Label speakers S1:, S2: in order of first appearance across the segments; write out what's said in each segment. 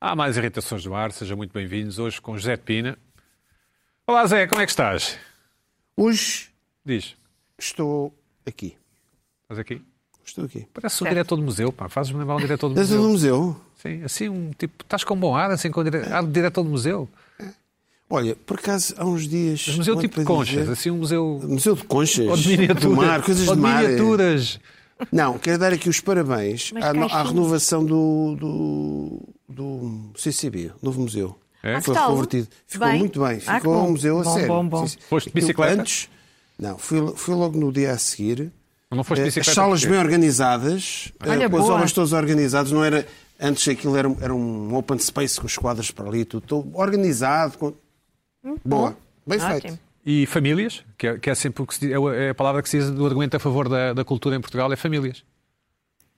S1: Há mais irritações do ar, sejam muito bem-vindos hoje com José de Pina. Olá Zé, como é que estás?
S2: Hoje
S1: Diz,
S2: estou aqui.
S1: estás aqui?
S2: Estou aqui.
S1: Parece o diretor do museu, pá, fazes-me lembrar o diretor do
S2: Estás no
S1: museu.
S2: museu?
S1: Sim, assim, um tipo, estás com bom ar, assim, com o dire... ar de diretor do museu.
S2: Olha, por acaso há uns dias.
S1: Um museu
S2: não é
S1: tipo
S2: para
S1: de conchas,
S2: dizer-
S1: assim, um museu
S2: Museu de conchas.
S1: ou de miniaturas.
S2: do mar, coisas
S1: ou
S2: de
S1: de
S2: mar. é.
S1: miniaturas.
S2: Não, quero dar aqui os parabéns
S3: Mas
S2: à, no- à
S3: caixinhas.
S2: renovação do, do, do CCB, novo museu.
S1: É?
S2: Foi
S3: está-o?
S2: reconvertido. Ficou
S3: Bem?
S2: muito bem.
S3: Ah, que
S2: Ficou
S3: bom.
S2: um museu a
S3: Bom,
S2: sério.
S3: bom, bom.
S2: Sim, sim.
S1: Foste de
S2: Aquilo
S1: bicicleta?
S2: Antes, não, fui, fui logo no dia a seguir.
S1: Não foste
S2: Eh,
S1: bicicleta
S2: As salas
S1: porquê?
S2: bem organizadas, eh,
S3: Olha,
S2: com as
S3: boa.
S2: obras todas organizadas, não era. Antes aquilo era um, era um open space com os quadros para ali, tudo Estou organizado. Com... Boa, bem feito.
S3: Hum, Ótimo.
S1: E famílias, que é, que é sempre o que se, diz- é o- é a palavra que se diz do argumento a favor da, da cultura em Portugal, é famílias.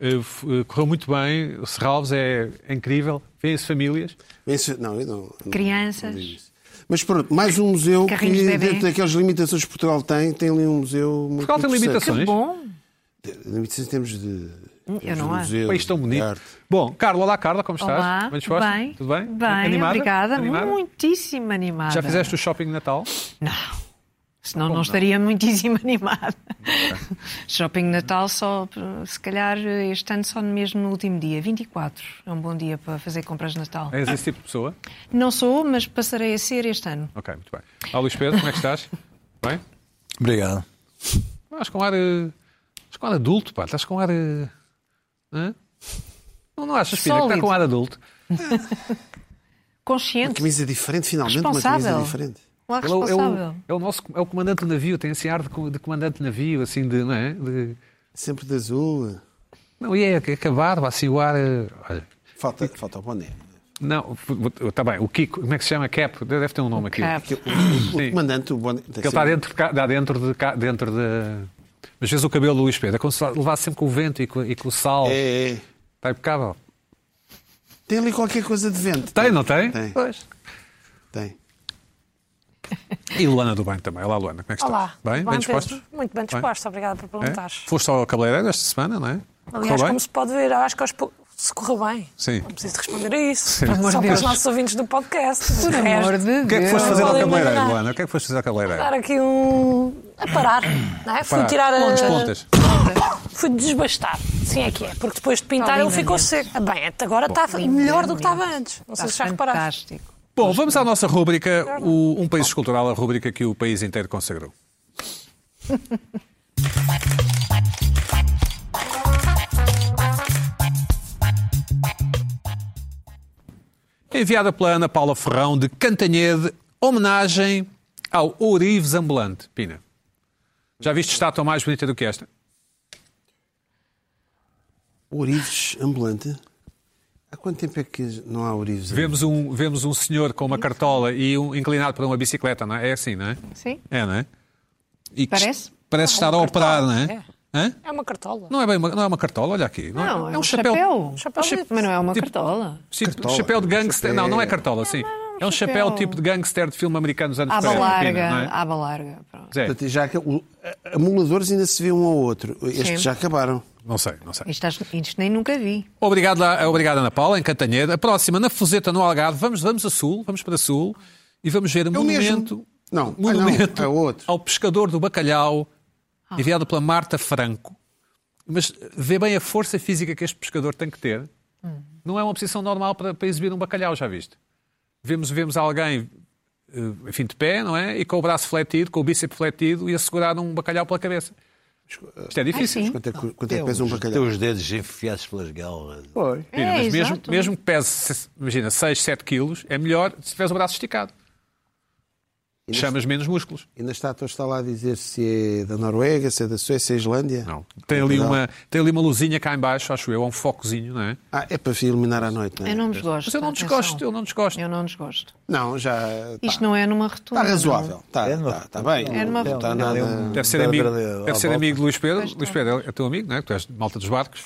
S1: Eh, f- eh, Correu muito bem, o Serralves é incrível, vêem-se famílias.
S2: Bem se- não, eu não- não-
S3: Crianças.
S2: não digo isso. Mas pronto, mais um museu que,
S3: Carrinhos de bebê.
S2: dentro daquelas limitações que Portugal tem, tem ali um museu muito
S1: Portugal tem
S2: interessante.
S1: limitações?
S3: Que bom.
S2: Limitações em termos de.
S3: Eu
S2: de
S3: não acho.
S2: museu,
S1: País tão bonito.
S2: de arte.
S1: Bom, Carla, olá Carla, como é estás?
S3: Olá,
S1: Bem disposta?
S3: bem,
S1: Tudo bem?
S3: Bem,
S1: animada?
S3: obrigada.
S1: Animada?
S3: Muitíssimo animada.
S1: Já fizeste o é? shopping de Natal?
S3: Não, senão não, estaria muitíssimo animada. Shopping de Natal só, eh, se calhar, eh, este ano só mesmo no último dia, 24. É um bom dia para fazer compras de Natal.
S1: És esse tipo de pessoa?
S3: Não sou, mas passarei a ser este ano.
S1: Ok, muito bem. Olá Luís Pedro, como é que estás? bem?
S4: Obrigado.
S1: Estás com ar. eh, Estás com ar adulto, pá. Estás com ar. eh, hã? Não, não achas, Pina, que está
S3: Sólido.
S1: com ar adulto?
S2: Uma
S3: Consciente,
S2: camisa diferente, finalmente, uma camisa
S3: Responsável.
S2: diferente.
S3: lá
S1: Ele é o- é, o,
S3: responsável.
S1: é o nosso é o comandante do navio, tem esse ar de, co- de comandante de navio, assim, de, não é? De-
S2: Sempre de azul.
S1: não, e é acabado, assim, o ar. eh, olha,
S2: Falta, falta o boné.
S1: não, está bem, o Kiko, como é que se chama? Cap, deve ter um nome aqui.
S3: Cap.
S2: Que- O, o
S1: Sim.
S2: comandante, o boné.
S1: Ele está dentro de. ca- Dá dentro de, ca- dentro de mas às vezes o cabelo do Luís Pedro é como se levasse sempre com o vento e com, e com o sal.
S2: É, é.
S1: Está impecável.
S2: Tem ali qualquer coisa de vento.
S1: Tem, não tem?
S2: Tem.
S1: Pois.
S2: Tem.
S1: E Luana do Bem também. Olá, Luana, como é que estás?
S5: Olá,
S1: Bem?
S5: tudo
S1: Bem
S5: Pedro?
S1: dispostos?
S5: Muito bem disposta, obrigada por
S1: É?
S5: perguntar.
S1: Foste ao cabeleireiro esta semana, não é?
S5: Aliás,
S1: Correu
S5: como se pode ver, acho que aos pou- se correu bem.
S1: Sim.
S5: Não preciso responder a isso.
S3: amor
S5: Só
S3: de
S5: para os
S3: Deus.
S5: nossos ouvintes do podcast.
S3: Por
S5: De
S3: amor
S5: resto,
S3: de
S1: O que é que
S3: Deus.
S1: foste fazer ao
S5: Podem
S1: cabeleireiro,
S5: imaginar.
S1: Luana? O que é que foste fazer ao cabeleireiro?
S5: dar aqui um. a parar. Não é? Fui
S1: Para.
S5: tirar a.
S1: Pontas, pontas.
S5: Fui desbastar. Sim, é que é. Porque depois de pintar
S3: Está
S5: ele
S3: linda
S5: ficou
S3: mesmo.
S5: seco. Ah, Bem, até agora está melhor do que estava antes. Não sei se
S3: Está
S5: já reparaste.
S3: fantástico.
S1: Bom, vamos à nossa rúbrica, o- Um País Escultural, a rúbrica que o país inteiro consagrou. Enviada pela Ana Paula Ferrão de Cantanhede, homenagem ao Ourives Ambulante. Pina, já viste estátua mais bonita do que esta?
S2: Ourives ambulante. Há quanto tempo é que não há ourives?
S1: Vemos um, vemos um senhor com uma cartola e um inclinado para uma bicicleta, não é? É assim, não é?
S3: Sim.
S1: É, não é? E que
S3: Parece?
S1: Parece estar a operar, não é? Hã?
S5: É uma cartola.
S1: Não é, bem uma, não é uma cartola, olha aqui. Não,
S3: Não,
S1: é um chapéu. tipo
S5: Chapéu
S3: Mas
S5: verde.
S3: não é uma cartola.
S1: Sim,
S2: Cartola,
S1: chapéu de
S2: um
S1: gangster.
S2: chapéu.
S1: Não, não é cartola, sim. É um chapéu
S3: chapéu.
S1: tipo de gangster de filme americano dos anos
S3: Aba
S1: 40.
S3: larga,
S1: não é?
S3: aba larga. Pronto.
S1: Zé,
S2: Portanto, já, que- o, a- amuladores ainda se vê um ao outro. Estes
S3: Sim.
S2: já acabaram.
S1: não sei, não sei.
S3: Isto, acho- isto nem nunca vi.
S1: Obrigado, lá- obrigado Ana Paula, em Cantanhede. A próxima, na Fuseta, no Algarve, vamos, vamos a Sul, vamos para Sul e vamos ver o É um monumento,
S2: mesmo? Não, ah,
S1: monumento
S2: não, é outro.
S1: ao pescador do bacalhau,
S3: Ah.
S1: enviado pela Marta Franco. Mas vê bem a força física que este pescador tem que ter.
S3: Hum.
S1: Não é uma posição normal para, para exibir um bacalhau, já viste? Vemos, vemos alguém, eh, enfim, de pé, não é? E com o braço fletido, com o bíceps fletido e a segurar um bacalhau pela cabeça. Isto é difícil.
S3: Ah, sim.
S2: Quanto é, que- quanto é que pesa um bacalhau?
S4: Então, Teus dedos enfiados pelas galras.
S1: Pina,
S3: É,
S1: mas mesmo,
S3: exato.
S1: mesmo que pese, se- imagina, 6, 7 quilos, é melhor se tiveres o braço esticado. Chamas menos músculos.
S2: E na estátua está lá a dizer se é da Noruega, se é da Suécia, Islândia.
S1: Não. Tem ali,
S2: Não.
S1: uma, tem ali uma luzinha cá em baixo, acho eu, ou um focozinho, não é?
S2: Ah, é para iluminar à noite, não é?
S3: Eu não desgosto.
S1: Mas eu não
S3: atenção.
S1: desgosto, eu não desgosto.
S3: Eu não desgosto.
S2: Não, já.
S3: Isto não é numa
S2: Está
S3: rotunda.
S2: Tá razoável. Está
S4: É numa-
S2: tá, tá bem.
S3: É numa-
S2: Não está nada.
S1: Deve ser
S4: Deve
S1: amigo,
S4: haver ali à
S1: deve ser
S4: volta.
S1: amigo de Luís Pedro. Luís
S3: tá.
S1: Pedro é teu amigo, não é? Tu és de malta dos barcos.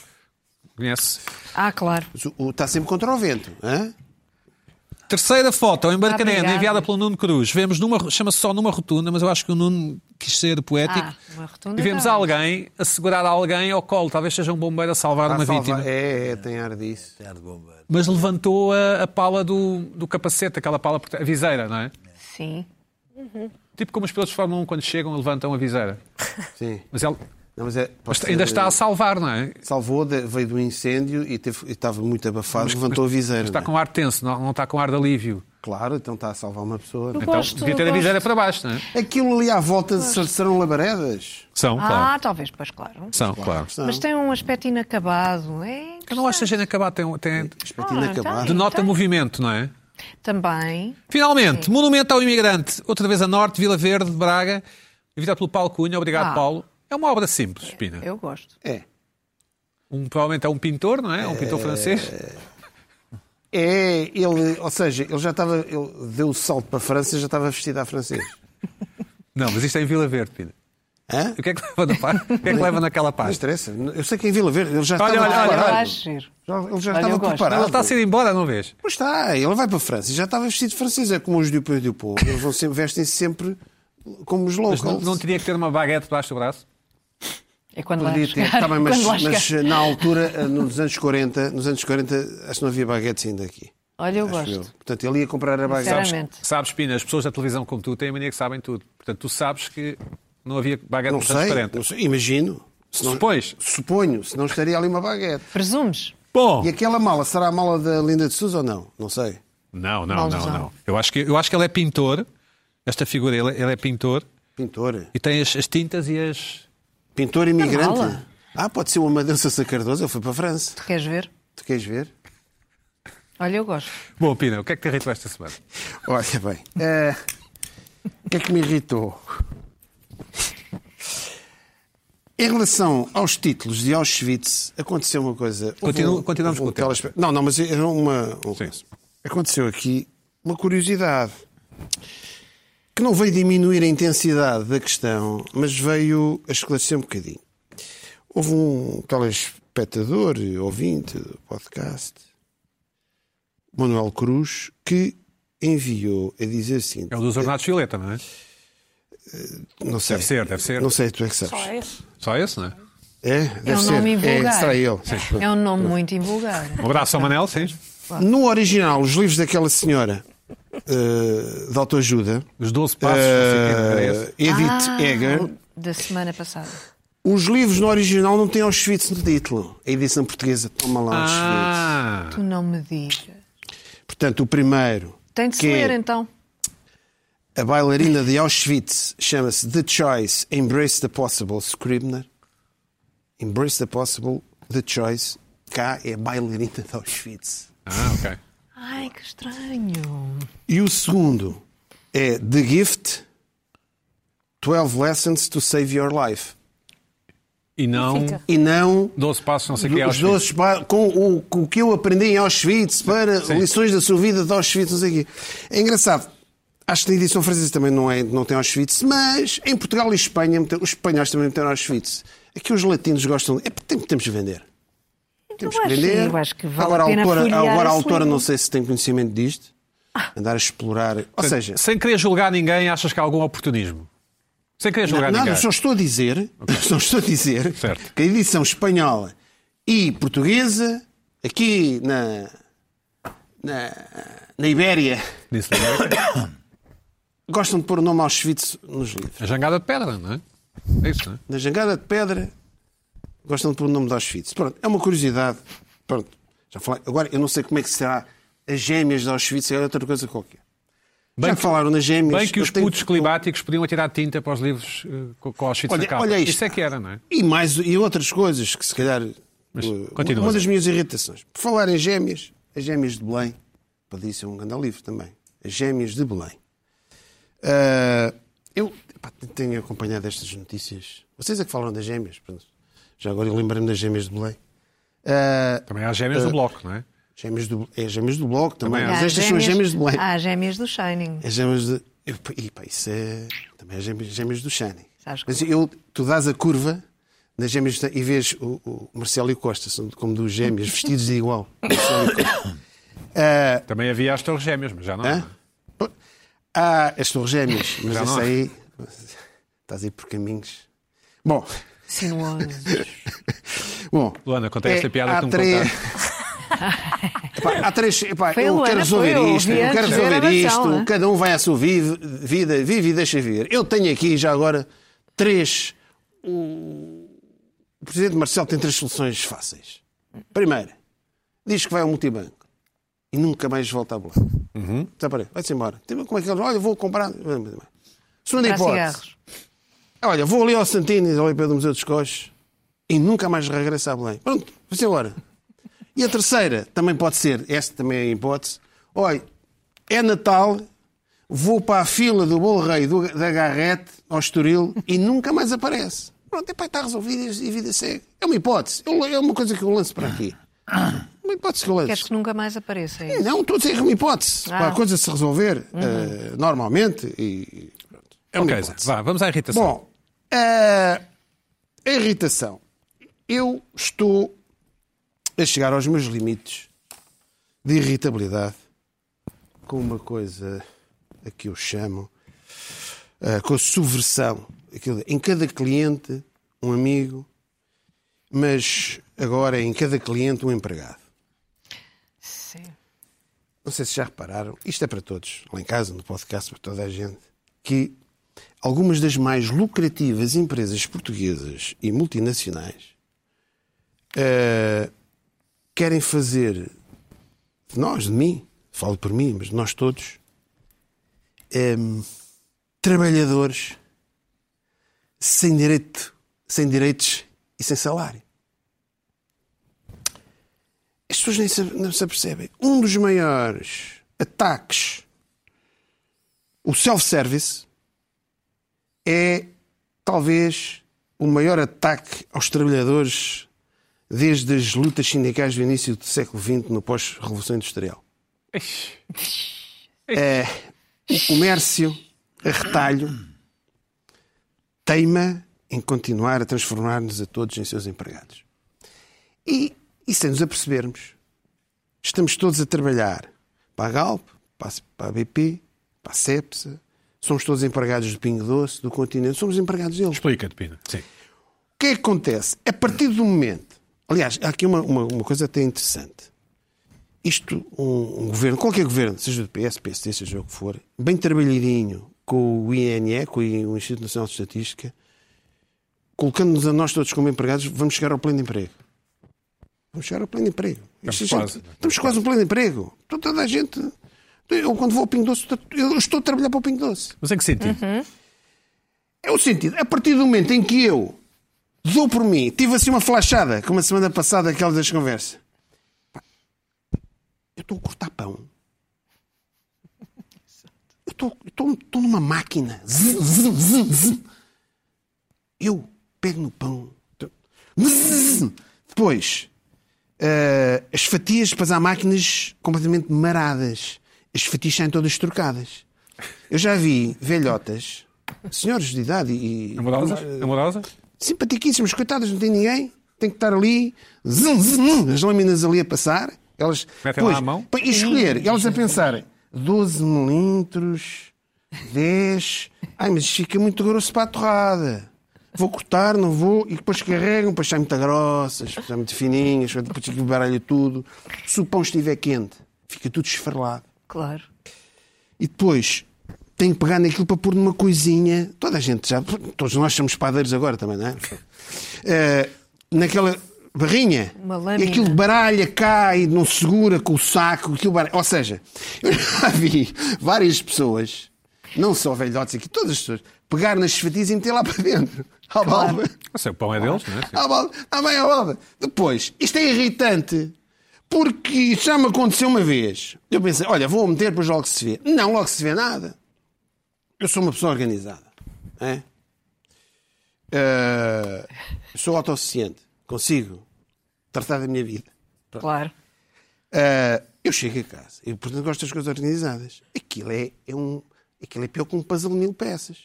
S1: Conhece.
S3: não. Ah, claro.
S2: tá Mas o- o- Está sempre contra o vento. hã?
S1: Terceira foto, em Barcarena,
S3: Ah, Obrigada.
S1: enviada pelo Nuno Cruz. Vemos numa, chama-se só numa rotunda, mas eu acho que o Nuno quis ser poético.
S3: Ah, uma rotunda
S1: e vemos
S3: tá bem.
S1: alguém a segurar alguém ao colo, talvez seja um bombeiro a salvar uma
S2: Ah, salva-
S1: vítima.
S2: É, é, tem ar disso.
S4: Está de bombeiro.
S1: Mas levantou a, a pala do, do capacete, aquela pala, por- a viseira, não é?
S3: Sim.
S1: Tipo como os pilotos de Fórmula 1 quando chegam levantam a viseira.
S2: Sim.
S1: Mas ele
S2: Não, mas é- pode
S1: mas ainda
S2: ser-
S1: está a salvar, não é?
S2: Salvou, de- veio do incêndio e, teve- e estava muito abafado, levantou a viseira.
S1: Está
S2: não é?
S1: com ar tenso, não, não está com ar de alívio.
S2: Claro, então está a salvar uma pessoa. não é?
S1: Então
S5: Gosto,
S1: devia ter a
S5: gosto.
S1: viseira para baixo, não é?
S2: Aquilo ali à volta ser- serão labaredas?
S1: São,
S3: Ah,
S1: claro.
S3: talvez, pois claro.
S1: São, claro.
S2: São.
S3: Mas tem um aspecto inacabado. É
S1: Eu não acho que a gente acabar, tem, tem,
S2: Aspecto
S3: Ah,
S2: inacabado.
S3: tem.
S1: denota movimento, não é?
S3: também.
S1: Finalmente, Monumento ao Imigrante, outra vez a Norte, Vila Verde, Braga, evitado pelo Paulo Cunha, obrigado
S3: Ah.
S1: Paulo. É uma obra simples, Pina.
S3: Eu gosto.
S2: É.
S1: Um, provavelmente é um pintor, não é? Um pintor francês.
S2: É, ele, ou seja, ele já estava, ele deu o salto para a França e já estava vestido à francês.
S1: Não, mas isto é em Vila Verde, Pina.
S2: Hã?
S1: O que é que leva, na pá- o que é que leva naquela
S2: Não
S1: pasta?
S2: interessa. Eu sei que é em Vila Verde ele já
S1: Olha,
S2: estava
S1: olha, olha,
S3: Eu
S2: preparado.
S3: acho
S2: Já-
S3: giro.
S2: ele já
S3: Olha, eu
S2: estava
S3: gosto.
S2: preparado.
S1: Ela está a ser embora, não vês?
S2: Pois está, ele vai para a França e já estava vestido de francês. É como os Dupont e Dupont. Eles vão sempre, vestem-se sempre como os
S1: Mas
S2: locals.
S1: não, não teria que ter uma baguete debaixo do braço?
S3: É quando lá
S2: Podia ter,
S3: chegar.
S2: Tá bem, mas,
S3: Quando lá
S2: mas,
S3: chegar.
S2: na altura, eh, nos anos 40, nos anos 40, acho que não havia baguetes ainda aqui.
S3: Olha, eu
S2: acho eu.
S3: gosto.
S2: Portanto, ele ia comprar a baguete.
S3: Sinceramente.
S1: Sabes, Pina, as pessoas da televisão como tu têm a mania que sabem tudo. Portanto, tu sabes que não havia baguete
S2: Não
S1: nos anos
S2: sei,
S1: 40.
S2: não sei, imagino. Se não-
S1: Supões?
S2: Suponho, se não estaria ali uma baguete.
S3: Presumes?
S1: Bom,
S2: E aquela mala, será a mala da Linda de Souza ou não? Não sei.
S1: Não, não,
S3: Mal
S1: não,
S3: desenho.
S1: não. Eu acho que, eu acho que ele é pintor. Esta figura, ele, ele é pintor
S2: Pintor.
S1: e tem as, as tintas e as.
S2: Pintor imigrante.
S3: mala?
S2: Ah, pode ser o Amadeus Sacardoso, ele foi para a França.
S3: Tu queres ver?
S2: Tu queres ver?
S3: Olha, eu gosto.
S1: Bom, Pina, o que é que te irritou esta semana?
S2: Olha bem, eh, o que é que me irritou? Em relação aos títulos de Auschwitz, aconteceu uma coisa. Houve
S1: Continu- continuamos
S2: houve
S1: com o
S2: telespe- Não, não, mas era uma. um-
S1: Sim.
S2: Aconteceu aqui uma curiosidade que não veio diminuir a intensidade da questão, mas veio a esclarecer um bocadinho. Houve um telespectador, ouvinte do podcast, Manuel Cruz, que enviou a dizer o seguinte:
S1: É o dos Ornados Violeta, não é?
S2: Não sei.
S1: um Deve ser, deve ser.
S2: Não sei, tu é que sabes.
S5: Só esse.
S1: Só esse, não é?
S2: É? Deve
S3: É um
S2: ser.
S3: nome
S2: é,
S3: invulgar.
S2: será ele. Ah,
S3: É um nome muito invulgar.
S1: Um abraço ao Manel, sim.
S2: No original, os livros daquela senhora eh, de autoajuda,
S1: Os 12 passos, não sei o que é
S2: eh, Edith
S3: Ah.
S2: Egger,
S3: Da semana passada.
S2: os livros no original não têm Auschwitz no título. A edição portuguesa toma lá Auschwitz.
S1: Ah,
S3: Tu não me digas.
S2: Portanto, o primeiro.
S3: Tem de se
S2: que é
S3: ler, então.
S2: A bailarina de Auschwitz chama-se The Choice Embrace the Possible Scribner. Embrace the Possible, The Choice. Cá é a bailarina de Auschwitz.
S1: ah, ok.
S3: Ai, que estranho.
S2: E o segundo é The Gift 12 Lessons to Save Your Life.
S1: E não
S5: Fica.
S2: E não
S1: 12 passos, não sei o que é
S2: os
S1: Auschwitz.
S2: doces ba- com o, com o que eu aprendi em Auschwitz para lições da sua vida de Auschwitz, não sei o quê. É engraçado. Acho que na edição francesa também não, é, não tem Auschwitz, mas em Portugal e Espanha meteram- os espanhóis também meteram Auschwitz. Aqui os latinos gostam. É porque tem- temos de vender. Temos
S3: Então eu
S2: que
S3: acho-
S2: vender.
S3: eu acho que vale
S2: agora
S3: a Ah. pena
S2: autora,
S3: folhear
S2: agora a
S3: esse
S2: autora
S3: livro.
S2: não sei se tem conhecimento disto. Andar a explorar. Ou seja,
S1: Sem querer julgar ninguém, achas que há algum oportunismo? Sem querer julgar
S2: Não,
S1: ninguém.
S2: eu só estou a dizer, só estou a dizer
S1: Certo.
S2: que a edição espanhola e portuguesa, aqui na, na, na Ibéria,
S1: Disse ninguém.
S2: gostam de pôr o nome Auschwitz nos livros.
S1: A jangada de pedra, não é? É isso, não é?
S2: Na Jangada de Pedra, gostam de pôr o nome de Auschwitz. Pronto, é uma curiosidade. Pronto, já falei. Agora, eu não sei como é que será as gêmeas de Auschwitz, é outra coisa qualquer. já
S1: que-
S2: falaram nas gêmeas.
S1: Bem que
S2: eu
S1: os
S2: tenho- um-
S1: putos climáticos podiam tirar tinta para os livros eh, com, com Auschwitz
S2: Olha-
S1: na capa.
S2: olha isto.
S1: Isso é que era, não é?
S2: E mais e outras coisas que se calhar uh,
S1: continua,
S2: uma
S1: Zé.
S2: das minhas irritações. Por falar em gêmeas, as gêmeas de Belém, podia ser um grande livro também. As gêmeas de Belém. Ah, eu pá, tenho acompanhado estas notícias. Vocês é que falam das gêmeas, pronto. Já agora eu lembro-me das gêmeas de Belém. Ah,
S1: Também há as gêmeas do bloco, não é?
S2: gêmeas do, é as gêmeas do Bloco também.
S1: Também
S2: Mas
S3: Há Ah,
S2: estas são as gêmeas de Belém.
S3: Há as gêmeas do Shining.
S2: As É gêmeas de. Eu, e, pá, isso é. Também as gêmeas, gêmeas do Shining.
S3: Sabes que-
S2: Mas eu, tu dás a curva nas gêmeas do Shining e vês o, o Marcelo e o Costa, são como dos gêmeos, vestidos de igual. Marcelo e Costa. Ah,
S1: Também havia as Torres Gêmeas, mas já não.
S2: Hã? Ah, as Torres Gêmeas, mas
S1: Já não é?
S2: essa
S1: há.
S2: aí. Estás aí por caminhos. Bom,
S3: Sinuosos.
S2: bom.
S1: Luana, contei esta piada
S2: É, há
S1: que tu me
S2: três- Epá, há três. Epá,
S3: Foi a
S2: eu
S3: Luana,
S2: quero resolver
S3: foi eu,
S2: isto,
S3: ouvi
S2: eu quero
S3: antes da
S2: resolver
S3: gravação,
S2: isto.
S3: né?
S2: Cada um vai à sua vi- vida, vive e deixa vir. Eu tenho aqui já agora três. O, o presidente Marcelo tem três soluções fáceis. Primeira, diz que vai ao multibanco e nunca mais volta a bolar.
S1: Uhum.
S2: Desaparece, vai-se embora. Tem- Como é que ele. Olha, vou comprar. Segunda
S3: Para
S2: hipótese.
S3: cigarros.
S2: Olha, vou ali ao Santini, ao IP do Museu dos Coches e nunca mais regressa a Belém. Pronto, vai-se embora. E a terceira também pode ser, esta também é a hipótese. Olha, é Natal, vou para a fila do Bolo Rei do- da Garrete, ao Estoril, e nunca mais aparece. Pronto, epá, está resolvido e a vida segue. É uma hipótese, Eu- é uma coisa que eu lanço para aqui. Uma hipótese que eu lanço.
S3: Queres que nunca mais apareça? é isso?
S2: Não, estou a dizer que é uma hipótese.
S3: Ah. Uhum.
S2: Para a coisa se resolver eh, normalmente e. pronto. É uma
S1: Ok,
S2: hipótese.
S1: vá, vamos à irritação.
S2: Bom, eh, a irritação. Eu estou a chegar aos meus limites de irritabilidade com uma coisa a que eu chamo eh, com a subversão. Aquilo, é, em cada cliente, um amigo, mas agora em cada cliente, um empregado.
S3: Sim.
S2: Não sei se já repararam, isto é para todos, lá em casa, no podcast, para toda a gente, que algumas das mais lucrativas empresas portuguesas e multinacionais eh, querem fazer de nós, de mim, falo por mim, mas de nós todos, em, trabalhadores sem direito, sem direitos e sem salário. As pessoas nem se, não se apercebem. Um dos maiores ataques, o self-service, é talvez o maior ataque aos trabalhadores desde as lutas sindicais do início do século XX, no pós-Revolução Industrial.
S1: Ixi,
S2: O comércio a retalho teima em continuar a transformar-nos a todos em seus empregados. E, e sem nos apercebermos, estamos todos a trabalhar para a Galp, para a- para a BP, para a Cepsa, somos todos empregados do Pingo Doce, do Continente, somos empregados deles.
S1: Explica-te, Pina. Sim.
S2: O que é que acontece? A partir do momento. Aliás, há aqui uma, uma, uma coisa até interessante. Isto, um, um governo, qualquer governo, seja do PS, PSD, seja o que for, bem trabalhadinho com o INE, com o Instituto Nacional de Estatística, colocando-nos a nós todos como empregados, vamos chegar ao pleno emprego. Vamos chegar ao pleno emprego.
S1: Estamos
S2: Isto,
S1: quase,
S2: gente,
S1: não é?
S2: estamos quase no pleno emprego. Então, Toda a gente. Eu, quando vou ao Pingo Doce, eu estou a trabalhar para o Pingo Doce.
S1: Mas em que sentido?
S2: É o sentido. A partir do momento em que eu dou por mim, tive assim uma flashada, como a semana passada, aquela das conversas. Pá, Eu estou a cortar pão. Eu estou- eu estou estou numa máquina. Zum, zum, zum, zum. Eu pego no pão. Zum. Depois, eh, as fatias, depois há máquinas completamente maradas. As fatias saem todas trocadas. Eu já vi velhotas, senhores de idade e.
S1: Amorosas? Amorosas?
S2: Simpaticíssimas, coitadas, não tem ninguém. Tem que estar ali, zum, zum, as lâminas ali a passar. Elas,
S1: Metem lá a mão?
S2: Pá, E escolher, elas a pensarem, 12 milímetros, 10. Ai, mas fica muito grosso para a torrada. Vou cortar, não vou. E depois carregam, depois saem muito grossas, depois saem muito fininhas, depois que baralho tudo. Se o pão estiver quente, fica tudo esfarelado.
S3: Claro.
S2: E depois tenho que pegar naquilo para pôr numa coisinha. Toda a gente já. Todos nós somos padeiros agora também, não é? Eh, naquela barrinha.
S3: Uma lâmina.
S2: E aquilo baralha, cai, não segura com o saco. Aquilo baralha. Ou seja, eu já vi várias pessoas, não só velhotes aqui, todas as pessoas, pegar nas fatias e meter lá para dentro. À balba.
S1: Não sei, o pão é deles, não é? Sim.
S2: À balda. À bem, à balda. Depois, isto é irritante. Porque isso já me aconteceu uma vez. Eu pensei, olha, vou meter, depois logo se vê. Não, logo se vê nada. Eu sou uma pessoa organizada. É? Eh, sou autossuficiente. Consigo tratar da minha vida.
S3: Claro.
S2: Eh, eu chego a casa. Eu, portanto, gosto das coisas organizadas. Aquilo é, é um, aquilo é pior que um puzzle de mil peças.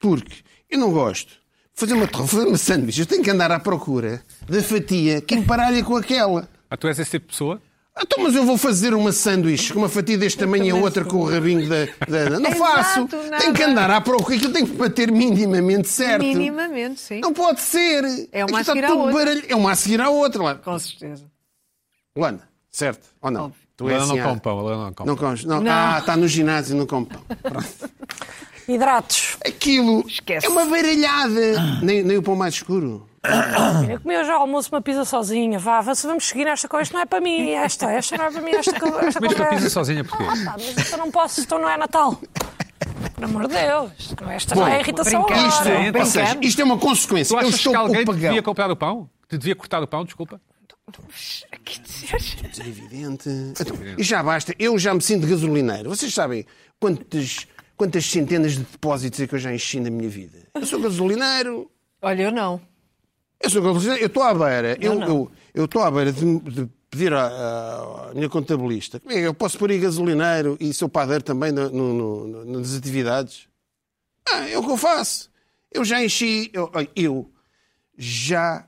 S2: Porque eu não gosto de fazer uma torre, fazer uma sanduíche. Eu tenho que andar à procura da fatia que emparalha com aquela.
S1: Ah, tu és esse tipo de pessoa?
S2: Então, mas eu vou fazer uma sanduíche com uma fatia deste tamanho e a outra com o rabinho da. da- da- Não
S3: Exato,
S2: faço!
S3: nada.
S2: Tenho que andar à procura, aquilo tem que bater minimamente certo.
S3: Minimamente, sim.
S2: Não pode ser!
S3: É
S2: Aquilo
S3: uma a
S2: está
S3: seguir à
S2: tudo
S3: outra.
S2: baralho- É uma a seguir à outra. lá.
S3: Com certeza.
S2: Luana, certo? Ou não?
S3: Óbvio.
S2: Tu
S1: Ela
S2: assim,
S1: não
S2: ah,
S1: come pão, ela não come.
S2: Não
S1: pão.
S2: comes, não.
S3: Não.
S2: Ah, está no ginásio, não come pão.
S5: Hidratos.
S2: Aquilo
S3: Esquece.
S2: é uma
S1: Ah.
S2: baralhada. Nem, nem o pão mais escuro.
S5: Eu comi hoje ao almoço uma pizza sozinha. Vá, vamos vamos seguir esta coisa. Isto não é para mim. Esta, esta não é para mim. Esta, co- esta
S1: Comeste a pizza
S5: conversa.
S1: sozinha porquê?
S5: Ah, pá, mas isto eu não posso. Isto não é Natal. Por amor de Deus. Isto não é- Esta não
S2: Bom,
S5: é irritação
S3: brincamos,
S2: Isto,
S1: é,
S5: agora.
S2: ou
S1: brincamos.
S2: seja, isto é uma
S1: Tu
S2: consequência. Eu
S1: achas
S2: estou
S1: que alguém
S2: o
S1: te devia
S2: pagão.
S1: comprar o pão? Te devia cortar o pão, desculpa?
S3: Que dizer?
S2: É evidente. Então, e já basta. Eu já me sinto gasolineiro. Vocês sabem quantas, quantas centenas de depósitos é que eu já enchi na minha vida? Eu sou gasolineiro.
S3: Olha, eu não.
S2: Eu sou gasolineiro. Eu estou à beira. Eu
S3: não.
S2: eu- eu estou à beira de, de pedir à, à minha contabilista. "Como é que Eu posso pôr aí gasolineiro e seu padeiro também no- no- no- no- nas atividades? Ah, é o que eu faço. Eu já enchi. Eu, eu já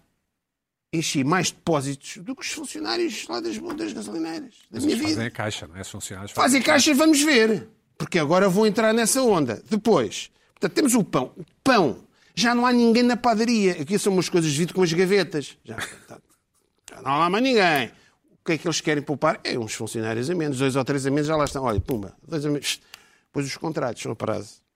S2: enchi mais depósitos do que os funcionários lá das, das gasolineiras. Da minha vida.
S1: Fazem a caixa, não é? Os funcionários
S2: Fazem caixa e vamos ver. Porque agora vou entrar nessa onda. Depois, portanto, temos o pão. O pão. Já não há ninguém na padaria. Aqui são umas coisas vindo com as gavetas. Já, portanto, já não há lá mais ninguém. O que é que eles querem poupar? É uns funcionários a menos, dois ou três a menos, já lá estão. Olha, pumba, dois a menos. Depois os contratos são a prazo.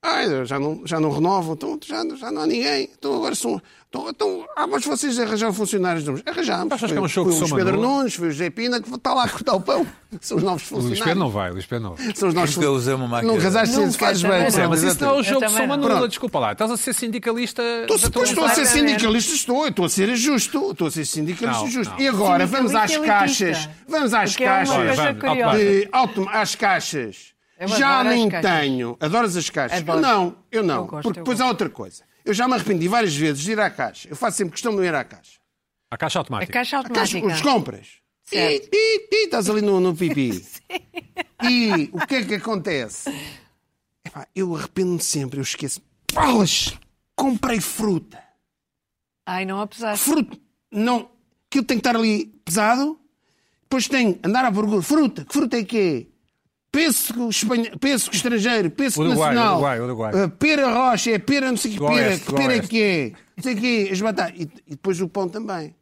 S2: Ah, já não, já não renovam, então já, já não há ninguém. Então agora são. Então, então, ah, mas vocês arranjaram funcionários novos. Arranjámos.
S1: Achas que é
S2: Foi-
S1: um jogo
S2: foi
S1: de
S2: o Luís
S1: soma
S2: Pedro
S1: nula?
S2: Nunes, foi o Zé Pina, que está lá a cortar o pão. São os novos
S1: O
S2: funcionários.
S1: Luís Pedro não vai, o Luís Pedro não vai.
S2: São os novos
S4: Porque eu usei uma máquina.
S2: Não casaste sem
S3: Nunca,
S2: se faz
S3: também
S2: bem.
S3: não.
S2: Sim,
S1: É, Mas isso não é Então, o
S3: Eu
S1: jogo de
S3: também
S1: soma
S3: não.
S1: nula,
S2: Pronto.
S1: desculpa lá. Estás a ser sindicalista.
S2: Estou,
S1: da tua
S2: depois estou a ser
S1: vontade.
S3: Completamente.
S2: sindicalista, estou, eu estou a ser justo, estou a ser sindicalista
S1: Não,
S2: justo.
S1: não.
S2: E agora vamos às
S3: Sindicalista
S2: caixas,
S3: elitista.
S2: vamos às
S3: Que é uma
S1: Olha,
S2: caixas
S3: coisa
S1: vamos,
S3: curiosa.
S1: automático.
S2: de autom- às caixas.
S3: Eu
S2: já
S3: adoro as
S2: nem
S3: caixas.
S2: tenho. Adoras as caixas?
S3: Adoro.
S2: Eu não, eu não.
S3: Eu gosto,
S2: porque
S3: eu
S2: depois
S3: gosto.
S2: há outra coisa. Eu já me arrependi várias vezes de ir à caixa. Eu faço sempre questão de não ir à caixa.
S1: A caixa
S3: A
S1: automática.
S3: caixa
S2: A caixa,
S3: automática.
S2: os compras. E,
S3: Certo.
S2: e, e estás ali no, no pipi. e o que é que acontece? Epá, eu arrependo-me sempre, eu esqueço. Bolas! Comprei fruta.
S3: Ai, não apesar.
S2: fruta, não, aquilo tem que estar ali pesado, depois tem que andar à procura, fruta, que fruta é que é? Pêssego, espanha... pêssego estrangeiro, pêssego
S1: Uruguai,
S2: nacional,
S1: Uruguai, Uruguai.
S2: Ah, pera rocha, é pera não sei que
S1: Do
S2: pera,
S1: Oeste,
S2: que
S1: do
S2: pera é
S1: Oeste.
S2: que é, não sei que as batatas, e, e depois o pão também.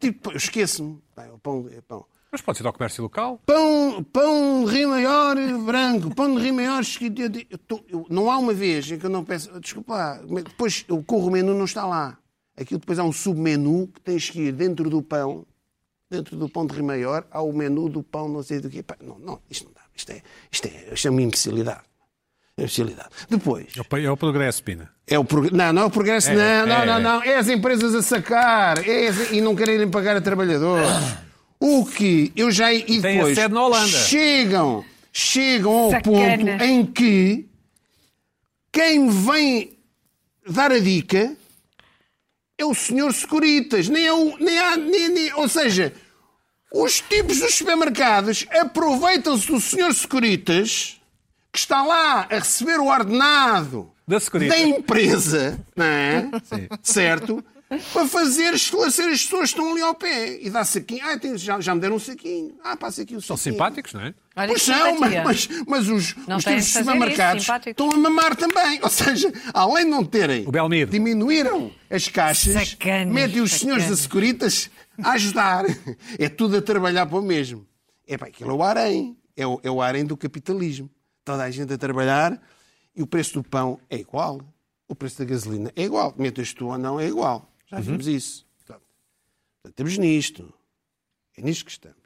S2: Tipo, eu esqueço-me, Bem, o pão é pão.
S1: Mas pode ser ao comércio local.
S2: Pão, pão de rio maior branco, pão de rio maior esquisito. Eu- eu tô- eu- não há uma vez em que eu não peço, desculpa lá, mas depois eu corro o menu não está lá. Aquilo depois há um submenu que tens que ir dentro do pão, dentro do pão de rio maior, há o menu do pão não sei do quê. Pá, Não, não, isto não dá, isto é, isto é, isto é uma imbecilidade. É uma imbecilidade. Depois,
S1: É o pa- É o progresso, Pina.
S2: é o prog... não, não é o progresso,
S1: É,
S2: não,
S1: é,
S2: não, não,
S1: é.
S2: não, é as empresas a sacar é as- e não quererem pagar a trabalhadores. O que eu já e
S1: Tem a
S2: depois
S1: sede na Holanda.
S2: chegam, chegam ao
S3: Sacanas.
S2: ponto em que quem me vem dar a dica é o senhor Securitas, nem é o, nem há, nem, nem- ou seja, os tipos dos supermercados aproveitam-se do senhor Securitas que está lá a receber o ordenado
S1: Da Securitas.
S2: da empresa, não é? Certo? Para fazer esclarecer as pessoas que estão ali ao pé. E dá saquinho. Ah, tem- já, já me deram um saquinho. Ah, passa aqui o saquinho.
S1: São simpáticos, não é?
S3: Olha
S2: Pois
S3: que
S2: são, mas,
S3: simpatia.
S2: mas, mas os,
S3: Não
S2: os
S3: têm
S2: teus
S3: de fazer
S2: supermercados
S3: isso, simpáticos.
S2: estão a mamar também. Ou seja, além de não terem,
S1: O Belmiro.
S2: diminuíram as caixas,
S3: Sacanas,
S2: metem os senhores da
S3: sacanas.
S2: Securitas a ajudar. É tudo a trabalhar para o mesmo. É pá, aquilo é o harém. É o, é o harém do capitalismo. Toda a gente a trabalhar e o preço do pão é igual. O preço da gasolina é igual. Metas tu ou não, é igual.
S1: Uhum.
S2: Já vimos isso. Portanto, portanto, estamos nisto. É nisto que estamos.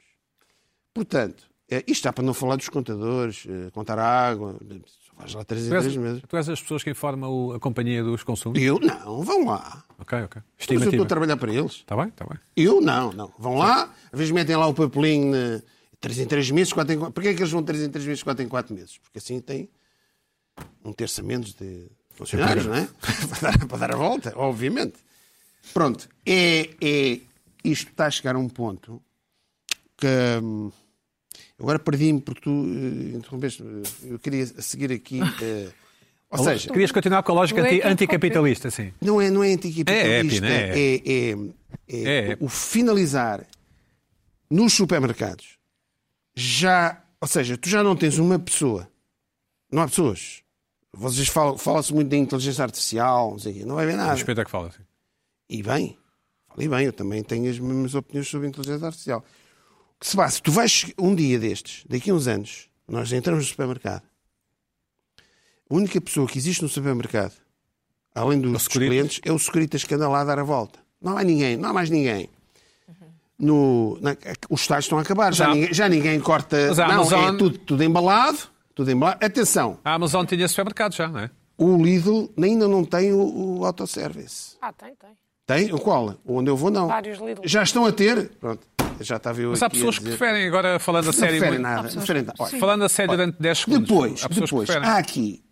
S2: Portanto, eh, isto está para não falar dos contadores, eh, contar a água, só vais lá três em
S1: Tu és,
S2: três meses.
S1: tu és as pessoas que informam o- a companhia dos consumos?
S2: Eu não, vão lá.
S1: Ok, ok.
S2: Mas eu estou
S1: Estimativa.
S2: a trabalhar para eles.
S1: Está bem, está bem.
S2: Eu não, não. Vão lá, às vezes metem lá o papelinho na... três em três meses, quatro em quatro. Porquê é que eles vão três em três meses, quatro em quatro meses? Porque assim tem um terço a menos de funcionários, não é? para, dar, para dar a volta, obviamente. Pronto, é, é- isto está a chegar a um ponto que hum, agora perdi-me porque tu eh, interrompeste. Eu queria seguir aqui. eh, ou seja,
S1: Querias continuar com a lógica
S3: Tu é
S1: anti-
S3: que
S1: anticapitalista, sim.
S2: não é, não é
S1: É, é,
S2: anticapitalista.
S1: Pina,
S2: É,
S1: é.
S2: é, é,
S1: É, é.
S2: o finalizar nos supermercados, já, ou seja, tu já não tens uma pessoa, não há pessoas. Vocês falam, fala-se muito da inteligência artificial, não, sei, o quê, não vai haver nada.
S1: Respeita que fala assim.
S2: E bem, falei bem, eu também tenho as mesmas opiniões sobre a inteligência artificial. O que se passa? Tu vais che- um dia destes, daqui a uns anos, nós entramos no supermercado. A única pessoa que existe no supermercado, além dos
S1: securito.
S2: clientes, é o securita que anda lá a dar a volta. Não há ninguém, não há mais ninguém. No- na- os tais estão a acabar, já,
S1: há-
S2: ninguém, já ninguém corta.
S1: Mas a
S2: Não,
S1: Amazon-
S2: é tudo, tudo embalado. Tudo embalado. Atenção,
S1: A Amazon tinha supermercado já, não é?
S2: o Lidl ainda não tem o, o autosservice.
S5: Ah, tem, tem.
S2: Tem? O qual? Onde eu vou, não.
S5: Vários Lidl.
S2: Já estão a ter. Pronto, já estava eu
S1: Mas
S2: aqui
S1: há pessoas
S2: a
S1: que
S2: dizer.
S1: preferem, agora falando a
S2: Não
S1: sério.
S2: preferem
S1: muito-
S2: nada. Não preferem nada. Olha,
S1: Falando a sério durante 10 segundos.
S2: Depois,
S1: há pessoas
S2: depois, Ah,
S1: que preferem.
S2: há aqui,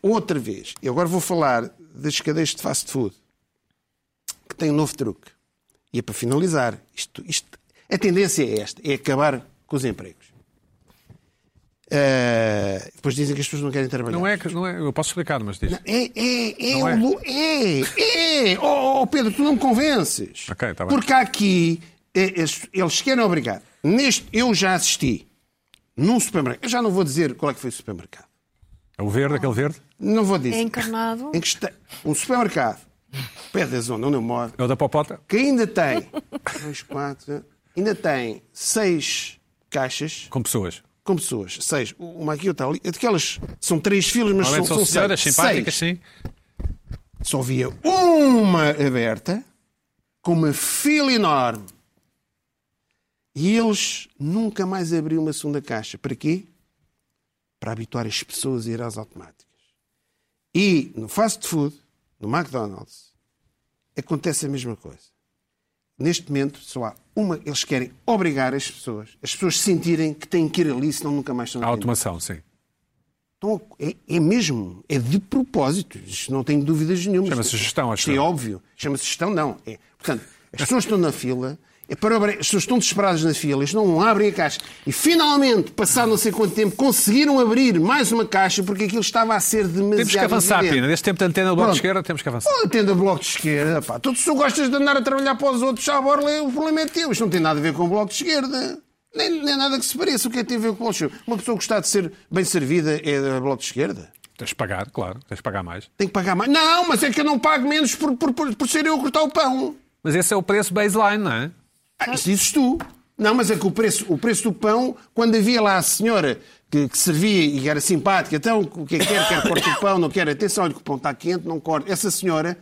S2: outra vez, eu agora vou falar das cadeias de fast food, que tem um novo truque. E é para finalizar. Isto, isto- a tendência é esta, é acabar com os empregos. Ah, depois dizem que as pessoas não querem trabalhar.
S1: Não é que. Não é, eu posso explicar, mas diz.
S2: É, é, é,
S1: Não é?
S2: o lu- é, é, Oh, oh, Pedro, tu não me convences.
S1: Ok, tá bem.
S2: Porque há aqui, é, eles, eles querem obrigar. Neste, eu já assisti num supermercado, eu já não vou dizer qual é que foi o supermercado.
S1: É o verde, aquele verde?
S2: Não vou dizer.
S3: É encarnado.
S2: Em que está, um supermercado, perto da zona onde eu moro,
S1: É o da popota?
S2: que ainda tem, dois, quatro, ainda tem seis caixas
S1: Com pessoas.
S2: com pessoas. Seis. Uma aqui, outra ali. Aquelas são três filas, mas são,
S1: Normalmente são,
S2: são
S1: senhoras
S2: seis.
S1: simpáticas,
S2: Seis.
S1: sim.
S2: Só havia uma aberta com uma fila enorme. E eles nunca mais abriam uma segunda caixa. Para quê? Para habituar as pessoas a ir às automáticas. E no fast food, no McDonald's, acontece a mesma coisa. Neste momento, só há uma. Eles querem obrigar as pessoas, as pessoas sentirem que têm que ir ali, senão nunca mais são
S1: A
S2: atendidas.
S1: automação, sim.
S2: Então, é, é mesmo, é de propósito, isto não tenho dúvidas nenhuma.
S1: Chama-se
S2: Isto-
S1: gestão, acho
S2: Isto é
S1: eu.
S2: óbvio. Chama-se gestão, não. É. Portanto, as pessoas estão na fila, é para abrir- as pessoas estão desesperadas na fila, eles não abrem a caixa. E finalmente, passado não sei quanto tempo, conseguiram abrir mais uma caixa porque aquilo estava a ser demasiado.
S1: Temos que avançar,
S2: evidente.
S1: Pina. Neste tempo de antena do bloco de
S2: Pronto.
S1: esquerda, temos que avançar.
S2: Oh, Tenda bloco de esquerda, pá. Tu, se tu gostas de andar a trabalhar para os outros, já borla, o problema é teu. Isto não tem nada a ver com o bloco de esquerda. Nem, nem nada que se pareça. O que é que tem a ver com o bloco de esquerda? Uma pessoa que está de ser bem servida é do bloco de esquerda?
S1: Tens de pagar, claro. Tens de pagar mais.
S2: Tem que pagar mais. Não, mas é que eu não pago menos por, por, por, por ser eu a cortar o pão.
S1: Mas esse é o preço baseline, não é?
S2: Ah, isso dizes tu. Não, mas é que o preço, o preço do pão, quando havia lá a senhora que, que servia e era simpática, então o que é que quer, quer corta o pão, não quer, atenção, olha que o pão está quente, não corta. Essa senhora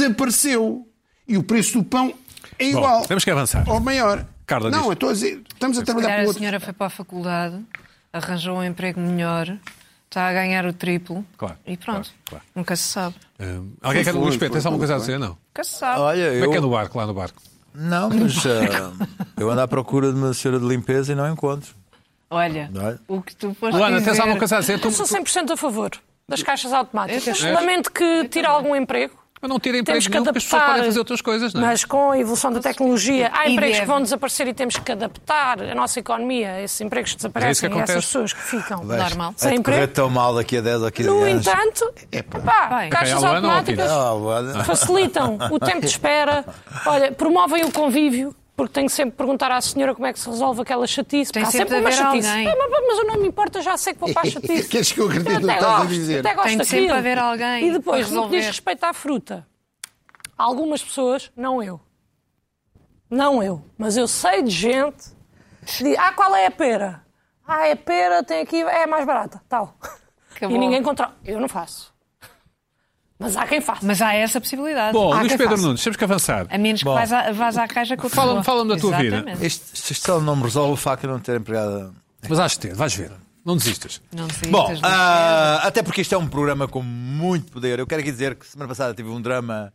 S2: desapareceu. E o preço do pão é igual.
S1: temos que avançar.
S2: Ou maior.
S1: Carla,
S2: não,
S1: diz.
S2: eu estou a dizer, estamos a
S3: Se
S2: trabalhar
S3: calhar
S2: para o
S3: a
S2: outro.
S3: senhora foi para a faculdade, arranjou um emprego melhor, está a ganhar o triplo.
S1: Claro,
S3: E pronto.
S1: claro, claro.
S3: Nunca se sabe.
S1: Hum, alguém
S2: Foi,
S1: quer, Luís
S2: foi,
S1: Pedro, tens
S2: foi,
S1: alguma coisa a
S2: foi.
S1: dizer? Não.
S3: Nunca se
S5: Ah,
S3: sabe.
S4: Olha,
S1: Como é que é no
S4: eu.
S1: barco, lá no barco?
S4: Não, mas. ah, eu ando à procura de uma senhora de limpeza e não encontro.
S3: Olha,
S4: Olha.
S3: o que tu foste
S1: Luana,
S3: dizer...
S1: tens alguma coisa a dizer? Tu,
S5: Eu sou 100% a favor das caixas automáticas.
S3: Eu
S5: Lamento que tire algum emprego.
S1: mas não tira emprego
S5: Temos que
S1: nenhum, porque as pessoas
S5: adaptar.
S1: podem fazer outras coisas, não é?
S5: Mas com a evolução da tecnologia, há
S3: E
S5: empregos
S3: deve.
S5: que vão desaparecer e temos que adaptar a nossa economia. a Esses empregos
S1: É isso
S5: que
S1: que
S5: desaparecem e a essas
S1: acontece.
S5: pessoas que ficam.
S3: Normal.
S5: Sem
S4: Vai te correr
S5: emprego.
S4: tão mal daqui a 10 ou 15
S5: No
S4: anos.
S5: entanto, pá,
S3: Vai.
S5: caixas
S1: Ok, Alan, não
S5: automáticas
S4: Ah,
S2: né?
S4: vale.
S5: facilitam o tempo de espera, olha, promovem o convívio. Porque tenho que sempre que perguntar à senhora como é que se resolve aquela chatice.
S3: Tem
S5: porque há
S3: sempre
S5: sempre
S3: de
S5: uma
S3: haver
S5: chatice.
S3: alguém.
S5: Ah, mas, mas eu não me importa, já sei que vou para a chatice.
S2: Queres que eu acredite no que
S5: até
S2: estás a
S5: gosto,
S2: dizer?
S5: Até gosto
S3: Tem de sempre
S5: daquilo.
S3: haver alguém
S5: E depois,
S3: para
S5: no que diz
S3: resolver.
S5: respeito à fruta, algumas pessoas, não eu. Não eu, mas eu sei de gente. que Diz, ah, qual é a pera? Ah, é pera, tem aqui, é mais barata, tal.
S3: Acabou.
S5: E ninguém controla. Eu não faço. Mas há quem faça.
S3: Mas há essa possibilidade.
S1: Bom,
S3: Há
S1: Luís
S3: quem
S1: Pedro
S3: faça.
S1: Nunes, temos que avançar.
S3: A menos que
S4: Bom.
S3: vás à, vás à caixa com a
S1: Fala-me-
S3: pessoa.
S1: fala-me da tua vida.
S3: Exatamente.
S4: Este, esta questão não me resolve o facto de eu não ter empregado.
S1: Mas acho que ter, vais ver. Não desistas.
S3: Não sei.
S4: Bom,
S3: estás
S4: ah, até porque isto é um programa com muito poder. Eu quero aqui dizer que semana passada tive um drama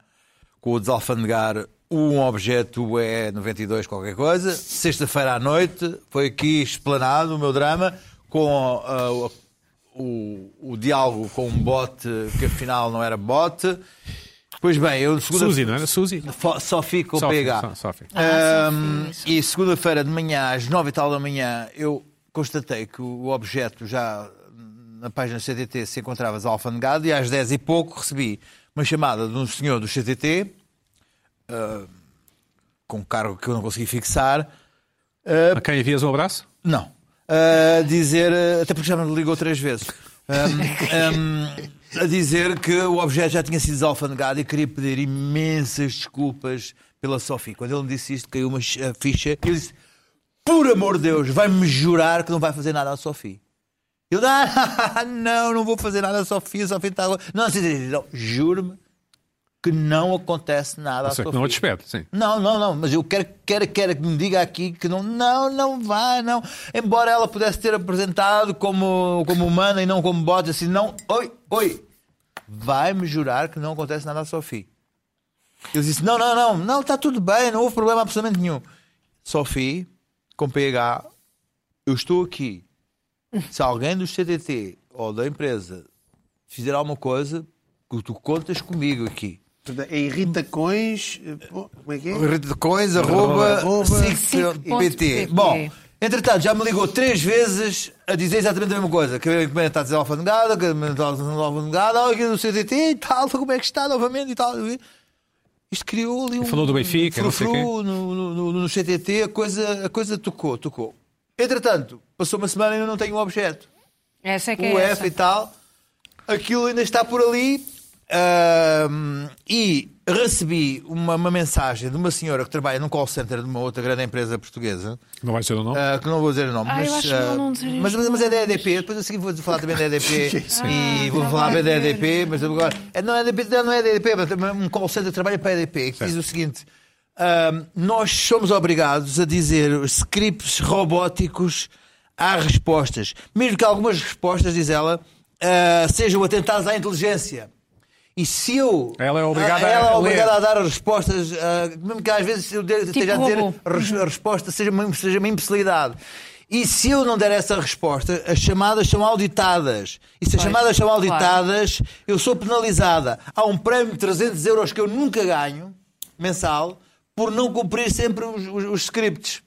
S4: com o desalfandegar um objeto é 92 qualquer coisa. Sexta-feira à noite foi aqui explanado o meu drama com ah, o- o, o diálogo com um bote que afinal não era bote. Pois bem, eu segunda
S1: Suzy, não era? Suzy?
S4: Fo- Só fico com o
S1: Sófia,
S4: PH.
S1: Só- Sófia.
S3: Ah,
S4: Ahm, Ah, e segunda-feira de manhã, às nove e tal da manhã, eu constatei que o objeto já na página CTT se encontrava alfanegado e às dez e pouco recebi uma chamada de um senhor do CTT, ah, com um cargo que eu não consegui fixar,
S1: A quem envias um abraço?
S4: Não. A dizer, eh, até porque já me ligou três vezes. Ahm, ahm, a dizer que o objeto já tinha sido desalfandegado e queria pedir imensas desculpas pela Sophie. Quando ele me disse isto, caiu uma ch- a ficha. Eu disse: Por amor de Deus, vai-me jurar que não vai fazer nada à Sophie. Ele, ah, não, não vou fazer nada à Sophie, a Sophie está. agora-" Não, sim, sim, sim, não, juro-me que não acontece nada à
S1: Sei é que
S4: Sophie.
S1: não a despede, sim.
S4: Não, não, não, mas eu quero, quero, quero que me diga aqui que não, não, não vai, não. Embora ela pudesse ter apresentado como, como humana e não como bode, assim, não, oi, oi, vai-me jurar que não acontece nada à Sophie. Eu disse, não, não, não, não, está tudo bem, não houve problema absolutamente nenhum. Sophie, com PH, eu estou aqui. Se alguém do CTT ou da empresa fizer alguma coisa, que tu contas comigo aqui.
S2: É irritacões. eh, pô, Como é que é?
S4: Rede arroba,
S2: Arroba,
S4: six.pt. Bom, entretanto, já me ligou três vezes a dizer exatamente a mesma coisa. Que a encomenda está desalfandegada, que a encomenda está desalfandegada, olha aqui no CTT e tal, como é que está novamente e tal. Isto criou ali um.
S1: falou do Benfica, não sei
S4: frufru
S1: quê.
S4: no, no, no- no CTT, a coisa, a coisa tocou, tocou. Entretanto, passou uma semana e eu não tenho o objeto
S3: Essa é que
S4: o
S3: é
S4: F
S3: essa.
S4: e tal. Aquilo ainda está por ali. Ahm, e recebi uma, uma mensagem de uma senhora que trabalha num call center de uma outra grande empresa portuguesa,
S1: Não vai ser o nome?
S4: ah, que não vou dizer o nome,
S3: Ah, eu
S4: mas,
S3: acho melhor
S4: ah,
S3: não dizer
S4: mas,
S3: isso.
S4: mas, mas é da EDP. Depois eu segui vou falar também da EDP e vou
S3: tá
S4: falar
S3: bem.
S4: bem da EDP, mas agora é, não é da EDP, não é da EDP, mas é um call center que trabalha para a EDP que diz o seguinte: ahm, nós somos obrigados a dizer os scripts robóticos à respostas, mesmo que algumas respostas, diz ela, ah, sejam atentadas à inteligência. E se eu.
S1: Ela é obrigada
S4: Ah, ela é
S1: a
S4: obrigada
S1: ler.
S4: a dar respostas, ah, mesmo que às vezes eu dê- esteja a dizer
S3: robô.
S4: res- a resposta seja uma, seja uma imbecilidade. E se eu não der essa resposta, as chamadas são auditadas. E se as
S3: Pois,
S4: chamadas são
S3: claro.
S4: auditadas, eu sou penalizada. Há um prémio de 300 euros que eu nunca ganho, mensal, por não cumprir sempre os, os- os scripts.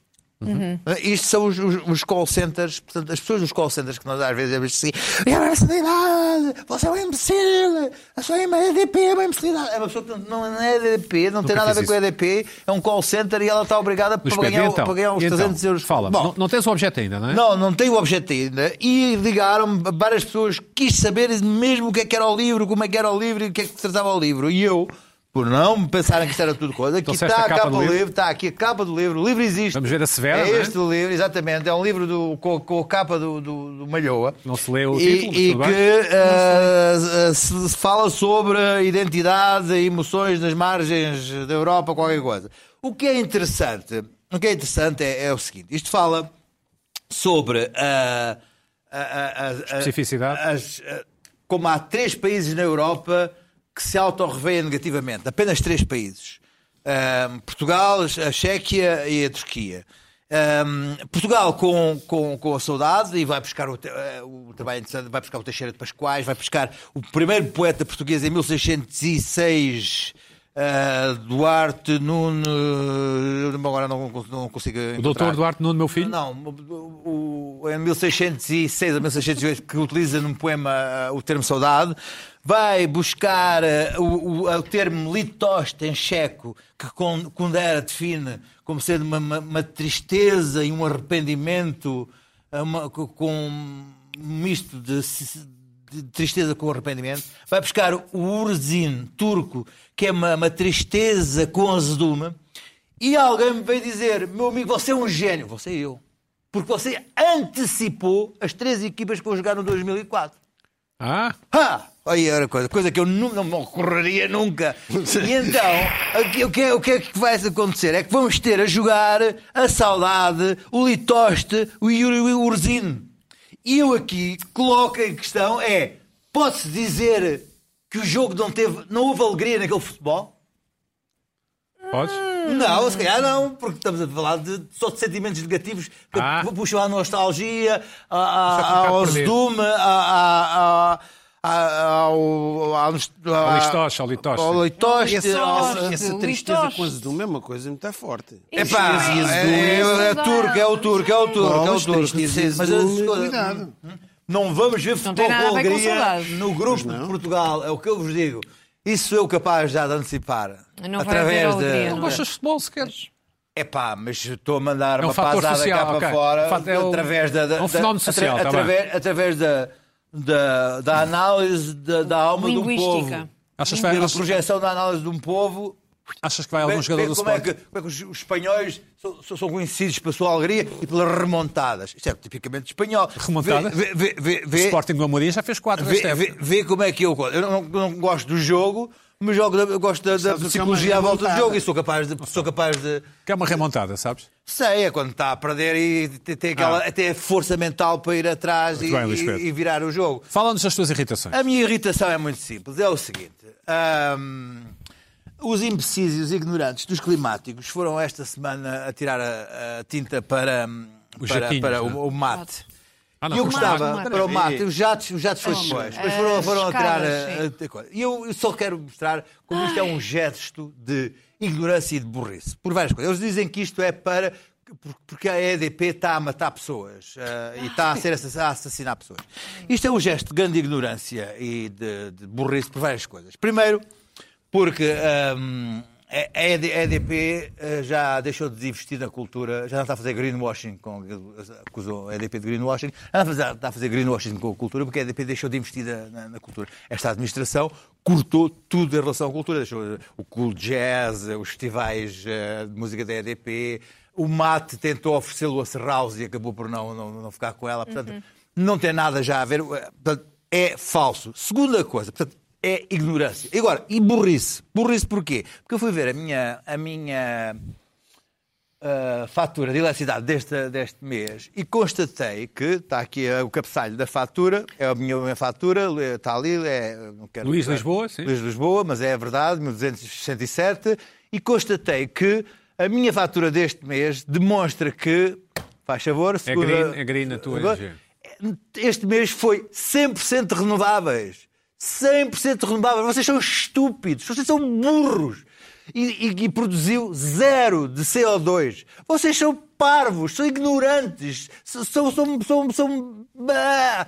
S4: é? Isto são os, os- os call centers, portanto, as pessoas dos call centers que nós às vezes vemos assim: "É uma imbecilidade, você é um imbecil, a sua EDP é uma imbecilidade. É uma pessoa que não não é EDP, não tem
S1: Nunca
S4: nada a ver
S1: fiz
S4: com a EDP, é um call center e ela está obrigada
S1: Luís
S4: para,
S1: Pedro,
S4: ganhar,
S1: e então,
S4: para ganhar uns
S1: e então?
S4: 300 euros.
S1: Fala,
S4: Bom,
S1: não, não tens o objeto ainda, não é?
S4: não, não tenho o objeto ainda. E ligaram-me várias pessoas, quis saber mesmo o que é que era o livro, como é que era o livro e o que é que tratava o livro. E eu, por não me pensarem que isto era tudo coisa, aqui
S1: Trouxeste
S4: está
S1: a
S4: a
S1: capa
S4: capa,
S1: do
S4: do livro.
S1: livro,
S4: está aqui a capa do livro, o livro existe.
S1: Vamos ver a Severa, não
S4: É
S1: é?
S4: este o livro, exatamente. É um livro do, com, com a capa do, do, do Malhoa.
S1: Não se lê o
S4: e,
S1: título,
S4: E
S1: tudo
S4: que
S1: bem?
S4: ah, ah, se se fala sobre a identidade e emoções nas margens da Europa, qualquer coisa. O que é interessante, o que é interessante é, é o seguinte: isto fala sobre a, a- a- a- a-
S1: Especificidade.
S4: as- a- como há três países na Europa que se autorreveem negativamente, apenas três países: Ahm, Portugal, a Chequia e a Turquia. Ahm, Portugal com, com, com a saudade e vai buscar o, te- eh, o trabalho interessante, vai buscar o Teixeira de Pascoais, vai buscar o primeiro poeta português em 1606. ah, Duarte Nuno, agora não, não consigo.
S1: O doutor Duarte Nuno, meu filho?
S4: Não, o, é o- em 1606 a 1608, que utiliza num poema ah, o termo saudade, vai buscar ah, o, o- o termo litoste em checo, que Kon- Kundera define como sendo uma, uma- uma tristeza e um arrependimento ah, uma- co- com um misto de, si- de tristeza com arrependimento. Vai buscar o urzin, turco, que é uma, uma tristeza com azedume. E alguém me veio dizer: meu amigo, você é um gênio. Você e eu. Porque você antecipou as três equipas que vão jogar no 2004.
S1: Ah,
S4: Ah! Aí era coisa, coisa que eu nu- não me ocorreria nunca. E então, o que- o que, é- o que é que vai acontecer? É que vamos ter a jogar a Saudade, o Litoste, o Yuri Urzin. E eu aqui coloco em questão é, posso dizer que o jogo não teve, não houve alegria naquele futebol?
S1: podes?
S4: Não, se calhar não, porque estamos a falar de, só de sentimentos negativos que
S1: Ah.
S4: puxam à nostalgia, à- à-
S1: Só que um bocado
S4: ao
S1: perdido.
S4: Zoom, à- à- à- ao. Ao
S1: Ao
S4: à-
S1: litoche, ao litoche.
S4: Ao litoche,
S2: Essa,
S4: ao-
S2: essa- essa
S3: Listos.
S2: tristeza com azedume é uma coisa muito forte.
S4: Epá,
S2: Tristeza
S4: é,
S2: do-
S4: é, é, turco, é o turco, é o turco, é o
S2: Bolas,
S4: turco.
S2: tristeza
S4: Mas
S2: do-
S4: as coisas- hum,
S2: cuidado.
S4: Não vamos ver
S3: tem
S4: futebol
S3: nada a
S4: com
S3: ver com
S4: alegria
S3: saudades.
S4: no grupo de Portugal, é o que eu vos digo. Isso sou eu capaz já de antecipar.
S3: Não vai haver
S4: através
S3: alegria,
S4: de.
S3: não é?
S1: Gostas de futebol sequer?
S4: É pá, mas estou a mandar
S1: É um
S4: uma
S1: fator
S4: pasada
S1: social,
S4: cá
S1: ok.
S4: para fora
S1: O fato é o-
S4: através da, da-
S1: é um
S4: da-
S1: fenómeno social, tá bem.
S4: através, através da, da, da análise da, da alma de um
S3: Linguística.
S4: povo.
S1: Achas que vai-
S4: Pela
S1: achas-
S4: projeção da análise de um povo.
S1: Achas que vai algum
S4: Vê-
S1: jogador
S4: vê
S1: do
S4: como, é
S1: Sporting?
S4: que, como é que os, os espanhóis são, são- são conhecidos pela sua alegria e pelas remontadas? Isto é tipicamente espanhol. Vê-
S1: Remontada?
S4: Vê, vê, vê,
S1: O
S4: vê-
S1: Sporting do Amorim já fez quatro
S4: vê,
S1: nesta época.
S4: vê- vê como é que eu. Eu não, não gosto do jogo, mas jogo da- eu gosto da, da
S2: Sabes o que é uma
S4: psicologia à volta do
S2: remontada?
S4: jogo e sou capaz de. Sou capaz de
S1: Que é uma remontada, sabes?
S4: Sei, é quando está a perder e tem, tem aquela, até a força mental para ir atrás e,
S1: Ah. Muito bem, Luís Pedro.
S4: e- e virar o jogo.
S1: Fala-nos das tuas irritações.
S4: A minha irritação é muito simples. É o seguinte: hum, os imbecis e os ignorantes dos climáticos foram esta semana a tirar a, a tinta para, hum,
S1: Os
S4: para,
S1: jatinhos,
S4: para
S1: não é?
S4: o, o mate.
S1: Ah,
S4: E eu
S1: não,
S4: gostava,
S3: mate.
S4: para o mate, os jatos, os jatos foi depois, mas foram,
S3: As
S4: foram a tirar
S3: escadas,
S4: a, a- a coisa. E eu, eu só quero mostrar como isto é um gesto de ignorância e de burrice, por várias coisas. Eles dizem que isto é para. por- Porque a EDP está a matar pessoas ah, e está a, ser assass- a assassinar pessoas. Isto é um gesto de grande ignorância e de, de burrice por várias coisas. Primeiro, porque hum, a a ED- a EDP eh, já deixou de investir na cultura, já não está a fazer greenwashing, com, acusou a EDP de greenwashing, já não está a fazer greenwashing com a cultura, porque a EDP deixou de investir na, na- na cultura. Esta administração cortou tudo em relação à cultura, deixou eh, o cool jazz, eh, os festivais eh, de música da EDP, o mate tentou oferecê-lo a Serraus e acabou por não, não, não ficar com ela, portanto, não tem nada já a ver, eh, portanto, é falso. Segunda coisa, portanto, é ignorância. E Agora, e burrice? Burrice porquê? Porque eu fui ver a minha, a minha ah, fatura de eletricidade deste, deste mês e constatei que está aqui ah, o cabeçalho da fatura, é a minha, a minha fatura, está ali, é, não quero
S1: Luís Lisboa, sim.
S4: Luís Lisboa, mas é verdade, 1267, e constatei que a minha fatura deste mês demonstra que, faz favor, segura-
S1: green- é green a tua energia.
S4: é, este mês foi 100% renováveis. 100% renováveis. Vocês são estúpidos, vocês são burros. E, e- e produziu zero de CO2. Vocês são parvos, são ignorantes, s- são. são, são, são- Ah!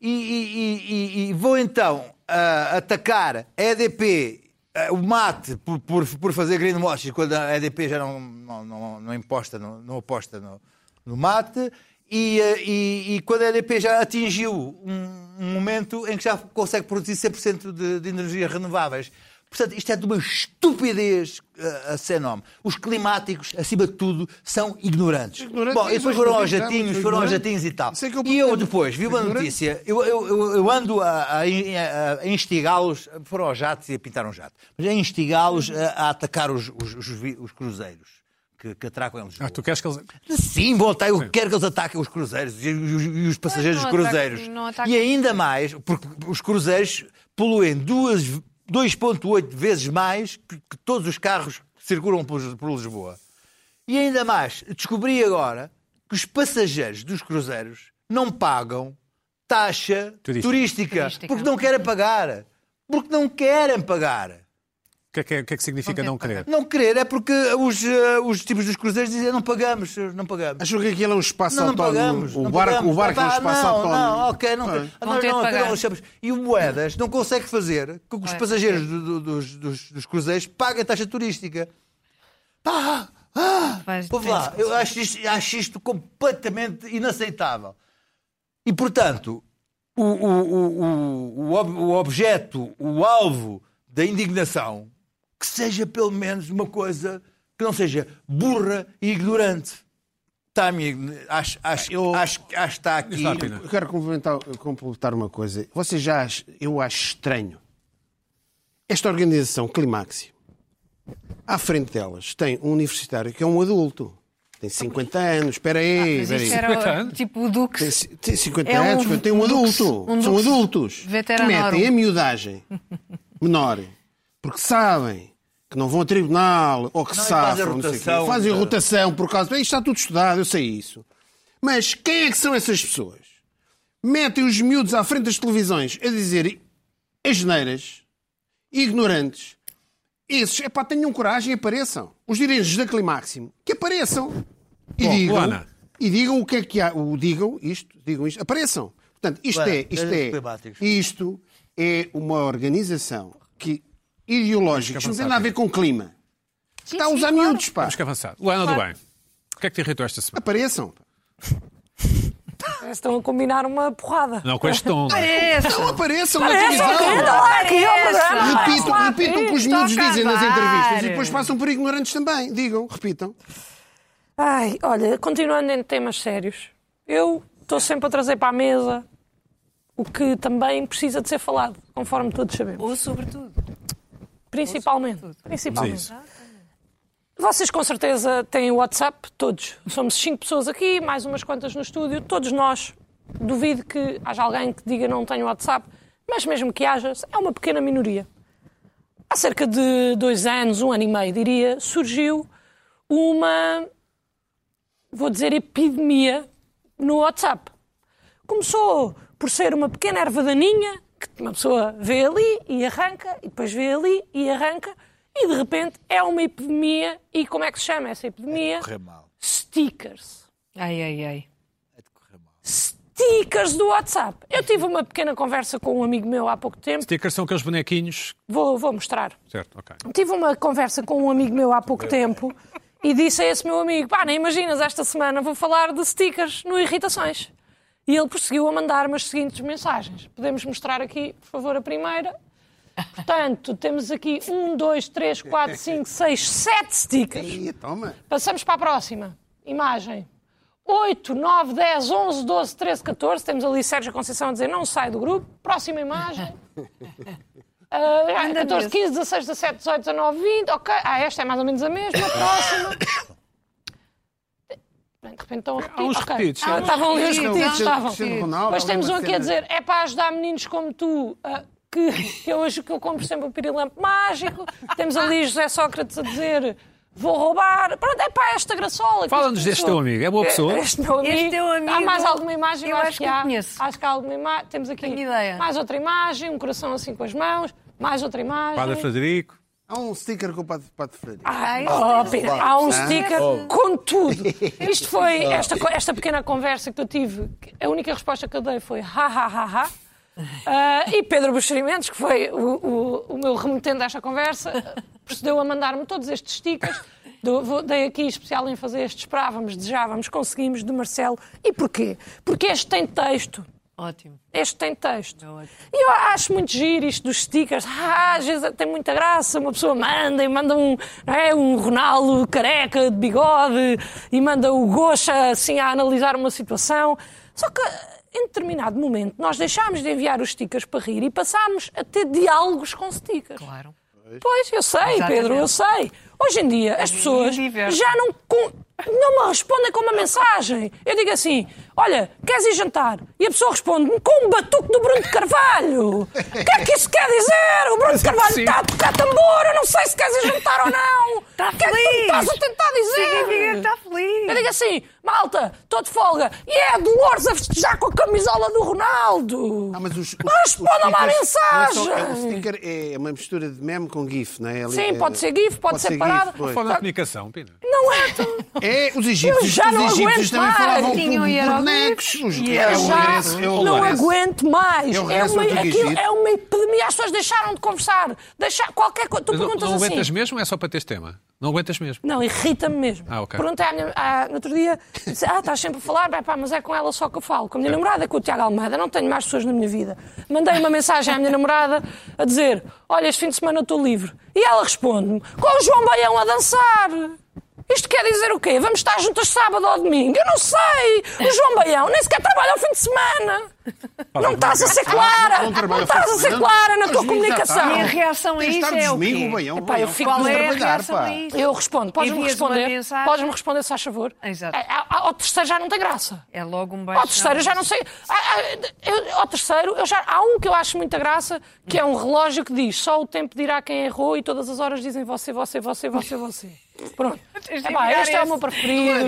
S4: E, e- e- e- e vou então ah, atacar a EDP eh, o mate por, por, por fazer greenwashing quando a EDP já não, não, não, não imposta, não, não aposta no, no mate e, eh, e, e quando a EDP já atingiu um, um momento em que já consegue produzir 100% de, de energias renováveis. Portanto, isto é de uma estupidez eh, a sem nome. Os climáticos, acima de tudo, são ignorantes.
S2: Ignorantes,
S4: Bom, e depois foram aos
S2: mas não
S4: jatinhos,
S2: acreditamos,
S4: foram aos
S2: ignorantes.
S4: jatinhos e tal.
S2: Isso é que é o
S4: E eu
S2: problema.
S4: depois vi uma
S2: Ignorantes.
S4: notícia notícia. Eu, eu- eu- eu ando a, a in- a- a instigá-los. Foram aos jatos e a pintar um jato. Mas a instigá-los a, a atacar os, os- os vi- os cruzeiros que, que atracam eles.
S1: Ah, tu queres que eles...
S4: Sim, vão atacar. Eu quero que eles ataquem os cruzeiros e os, e os passageiros
S3: Mas
S4: dos
S3: não
S4: cruzeiros.
S3: atacam- não atacam.
S4: E ainda mais, porque os cruzeiros poluem duas- 2,8 vezes mais que, que todos os carros que circulam por, por Lisboa. E ainda mais, descobri agora que os passageiros dos cruzeiros não pagam taxa
S1: Turística.
S4: turística,
S3: Turística.
S4: porque não querem pagar. Porque não querem pagar.
S1: O que é que, o que é que significa
S3: Não
S1: não
S3: quero
S1: querer?
S4: Não querer é porque os, eh, os tipos dos cruzeiros dizem não pagamos, senhores, não pagamos.
S2: Achou que aquilo é um espaço
S4: Não, não
S2: autónomo?
S4: pagamos.
S2: o,
S4: não
S2: barco,
S4: pagamos.
S2: o barco é um
S4: Pá,
S2: espaço
S4: não,
S2: autónomo.
S4: Não, ok, não.
S2: Ah,
S4: nós
S3: Vão ter
S4: não,
S3: de
S4: aqui
S3: pagar.
S4: não achamos. E o Moedas não consegue fazer com que os
S3: Vai.
S4: passageiros do- do- dos, dos- dos cruzeiros paguem a taxa turística. Pá! Ah,
S3: Vais-
S4: vou lá,
S3: tens-
S4: eu acho isto, acho isto completamente inaceitável. E, portanto, o, o, o, o, o, ob- o objeto, o alvo da indignação, que seja pelo menos uma coisa que não seja burra e ignorante. Está, amigo, acho, acho, acho, acho que está aqui.
S1: Está, Pina.
S2: Eu quero complementar, complementar uma coisa. Vocês já ach- eu acho estranho. Esta organização Climaxi, à frente delas, tem um universitário que é um adulto. Tem 50 anos. Espera aí,
S3: Mas
S2: espera aí.
S3: isto
S1: 50
S3: era
S1: anos?
S3: tipo o Dux.
S2: Tem, ci- tem 50
S3: É um-
S2: anos, 50, tem um
S3: um luxo,
S2: adulto.
S3: um
S2: São
S3: luxo
S2: adultos. Que
S3: veteranorum.
S2: metem a miudagem menor, porque sabem que não vão a tribunal ou que
S4: Não, e fazem
S2: safam, não sei o quê.
S4: rotação. é.
S2: fazem rotação por causa. Bem, Isto está tudo estudado, eu sei isso. Mas quem é que são essas pessoas? Metem os miúdos à frente das televisões a dizer asneiras, ignorantes. Esses, é pá, tenham coragem e apareçam. Os dirigentes da Climáximo, que apareçam. E
S1: Bom,
S2: digam,
S1: Luana.
S2: e digam o que é que há. O, digam isto, digam isto. Apareçam. Portanto, isto
S4: Luana,
S2: é. Isto
S4: desde os
S2: é,
S4: climáticos.
S2: isto é uma organização que ideológica. Isto não tem nada a ver com clima. Está a usar miúdos, pá.
S1: Temos que avançar. Luana do Bem, o que é que te irritou esta semana?
S2: Apareçam. pá.
S5: Parece que Estão a combinar uma porrada.
S1: Não com este tom. não é?
S2: Não apareçam na
S5: Parece que
S2: televisão.
S5: anda lá, aqui é o programa.
S2: Repitam,
S5: Parece lá.
S2: repitam o que os miúdos
S3: Toca
S2: dizem nas
S3: a
S2: entrevistas
S3: dar.
S2: e depois passam por ignorantes também. Digam, repitam.
S5: Ai, olha, continuando em temas sérios, eu estou sempre a trazer para a mesa o que também precisa de ser falado, conforme todos sabemos.
S3: Ou sobretudo.
S5: Principalmente. Principalmente.
S1: Sim.
S5: Vocês com certeza têm o WhatsApp, todos. Somos cinco pessoas aqui, mais umas quantas no estúdio, todos nós. Duvido que haja alguém que diga não tenho WhatsApp, mas mesmo que haja, é uma pequena minoria. Há cerca de dois anos, um ano e meio, diria, surgiu uma, vou dizer, epidemia no WhatsApp. Começou por ser uma pequena erva daninha que uma pessoa vê ali e arranca, e depois vê ali e arranca, e de repente é uma epidemia. E como é que se chama essa epidemia?
S4: Correr mal.
S5: Stickers.
S3: Ai, ai, ai.
S4: É de correr mal.
S5: Stickers do WhatsApp. Eu tive uma pequena conversa com um amigo meu há pouco tempo.
S1: Stickers são aqueles bonequinhos.
S5: Vou, vou mostrar.
S1: Certo, ok.
S5: Tive uma conversa com um amigo meu há pouco tempo e disse a esse meu amigo: pá, nem imaginas, esta semana vou falar de stickers no Irritações. E ele prosseguiu a mandar-me as seguintes mensagens. Podemos mostrar aqui, por favor, a primeira. Portanto, temos aqui um, dois, três, quatro, cinco, seis, sete stickers.
S2: Ih, toma.
S5: Passamos para a próxima. Imagem. 8, 9, 10, 11, 12, 13, 14. Temos ali Sérgio Conceição a dizer não sai do grupo. Próxima imagem. Ah, ah, 14, 15, 16, 17, 18, 19, 20. Ok. Ah, esta é mais ou menos a mesma. Próxima. De repente estão a repetir.
S1: Há uns
S5: Ok.
S1: repetidos,
S5: Ah,
S1: sim.
S5: estavam ali uns
S3: Sim,
S5: repetidos.
S3: sim.
S5: Estavam.
S2: Cristiano Ronaldo,
S5: Depois temos um
S2: alguma
S5: aqui a
S2: cena.
S5: dizer: é para ajudar meninos como tu, ah, que, que eu hoje que eu compro sempre o pirilampo mágico. Temos ali José Sócrates a dizer. Vou roubar. Pronto, é para esta graçola. que
S1: Fala-nos
S5: isto
S1: deste
S5: começou.
S1: teu amigo. É boa pessoa?
S5: Este meu amigo.
S3: Este teu amigo,
S5: Há mais alguma imagem?
S3: eu
S5: acho,
S3: acho
S5: que,
S3: que
S5: há.
S3: conheço.
S5: Acho que há alguma imagem. Temos aqui
S3: Tenho ideia.
S5: mais outra imagem, um coração assim com as mãos, mais outra imagem.
S1: Padre Frederico.
S2: Há um sticker com o Padre, padre Frederico.
S5: Ai,
S3: Ah,
S5: oh, Pedro, há um sticker com tudo. Isto foi esta, co- esta pequena conversa que eu tive. que A única resposta que eu dei foi ha ha ha ha. Ah, e Pedro Buxerimentos, que foi o, o- o meu remetente desta conversa, procedeu a mandar-me todos estes stickers. Do- vou- Dei aqui especial em fazer este esperávamos, desejávamos, conseguimos, de Marcelo. E porquê? Porque este tem texto.
S3: Ótimo.
S5: Este tem texto.
S3: É ótimo.
S5: E eu acho muito giro isto dos stickers. Ah, às vezes tem muita graça. Uma pessoa manda e manda um, não é, um Ronaldo careca de bigode e manda o Gocha assim a analisar uma situação. Só que em determinado momento nós deixámos de enviar os stickers para rir e passámos a ter diálogos com stickers.
S3: Claro.
S5: Pois, eu sei,
S3: Exatamente.
S5: Pedro, eu sei. Hoje em dia as pessoas
S3: diverso.
S5: já não, com- não me respondem com uma mensagem. Eu digo assim: olha, queres ir jantar? E a pessoa responde-me com um batuque do Bruno de Carvalho. O que é que isso quer dizer? O Bruno de Carvalho está a tocar tambor, eu não sei se queres ir jantar ou não.
S3: Está
S5: O que é que tu me
S3: Tá feliz.
S5: estás a tentar dizer?
S3: Significa que está tá feliz.
S5: Eu digo assim: malta, estou de folga. E é a Dolores a festejar com a camisola do Ronaldo.
S2: Ah, mas os, os,
S5: Respondam à
S2: stickers- não é só-
S5: mensagem.
S2: o sticker é uma mistura de meme com GIF, não é? Ali-
S5: Sim,
S2: é-
S5: pode ser GIF, pode ser
S2: GIF,
S5: parada.
S2: pois.
S1: Fala na comunicação, Pina.
S5: Não é?
S2: É, os egípcios,
S5: Eu já não
S2: os egípcios
S5: aguento
S2: também
S5: mais.
S2: falavam por,
S3: Tinham
S2: por
S3: hieróglifos.
S2: bonecos. Os,
S3: E
S2: é
S5: Eu
S2: o
S5: já
S2: regresso, é o
S5: não
S2: regresso.
S5: aguento mais.
S2: É o
S5: É,
S2: regresso
S5: uma,
S2: ao Português
S5: aquilo
S2: Egito.
S5: é uma epidemia. As pessoas deixaram de conversar. Deixar, qualquer coisa. Tu
S1: Mas não,
S5: perguntas
S1: não aguentas
S5: assim.
S1: mesmo ou é só para teres tema? Não aguentas mesmo?
S5: Não, irrita-me mesmo.
S1: Ah, ok.
S5: Perguntei à minha. à- no outro dia, disse, ah, estás sempre a falar, Bem, pá, mas é com ela só que eu falo. Com a minha namorada, com o Tiago Almeida, não tenho mais pessoas na minha vida. Mandei uma mensagem à minha namorada a dizer: Olha, este fim de semana eu estou livre. E ela responde-me: Com o João Baião a dançar. Isto quer dizer o quê? Vamos estar juntas sábado ou domingo? Eu não sei! O João Baião nem sequer trabalha ao fim de semana! Não estás a ser clara!
S2: Não
S5: Não
S2: trabalha
S5: estás a
S2: fora de
S5: ser
S2: semana.
S5: clara na
S2: Os meninos
S5: tua
S2: já
S5: comunicação!
S2: sabem.
S3: Minha reação a
S2: Tem de
S3: isso
S2: estar
S3: é o
S2: domingo,
S3: quê?
S2: Baião,
S5: Epá, eu
S2: Baião,
S5: fico-
S2: vamos
S5: Qual é a
S2: trabalhar,
S3: reação
S2: pá.
S3: a isso?
S5: Eu respondo, podes-me
S3: Envias uma
S5: responder,
S3: mensagem.
S5: podes-me responder, se faz favor.
S3: Exato.
S5: Ah, ah, Ao terceiro já não tem graça.
S3: É logo um baixo.
S5: Ao terceiro já não sei. Ah, ah, eu- Ao terceiro, eu já, há um que eu acho muita graça, que é um relógio que diz só o tempo dirá quem errou e todas as horas dizem você, você, você, você, você. Pronto.
S3: Tens de
S5: Epá,
S3: enviar
S5: este é o
S3: esse.
S5: meu preferido.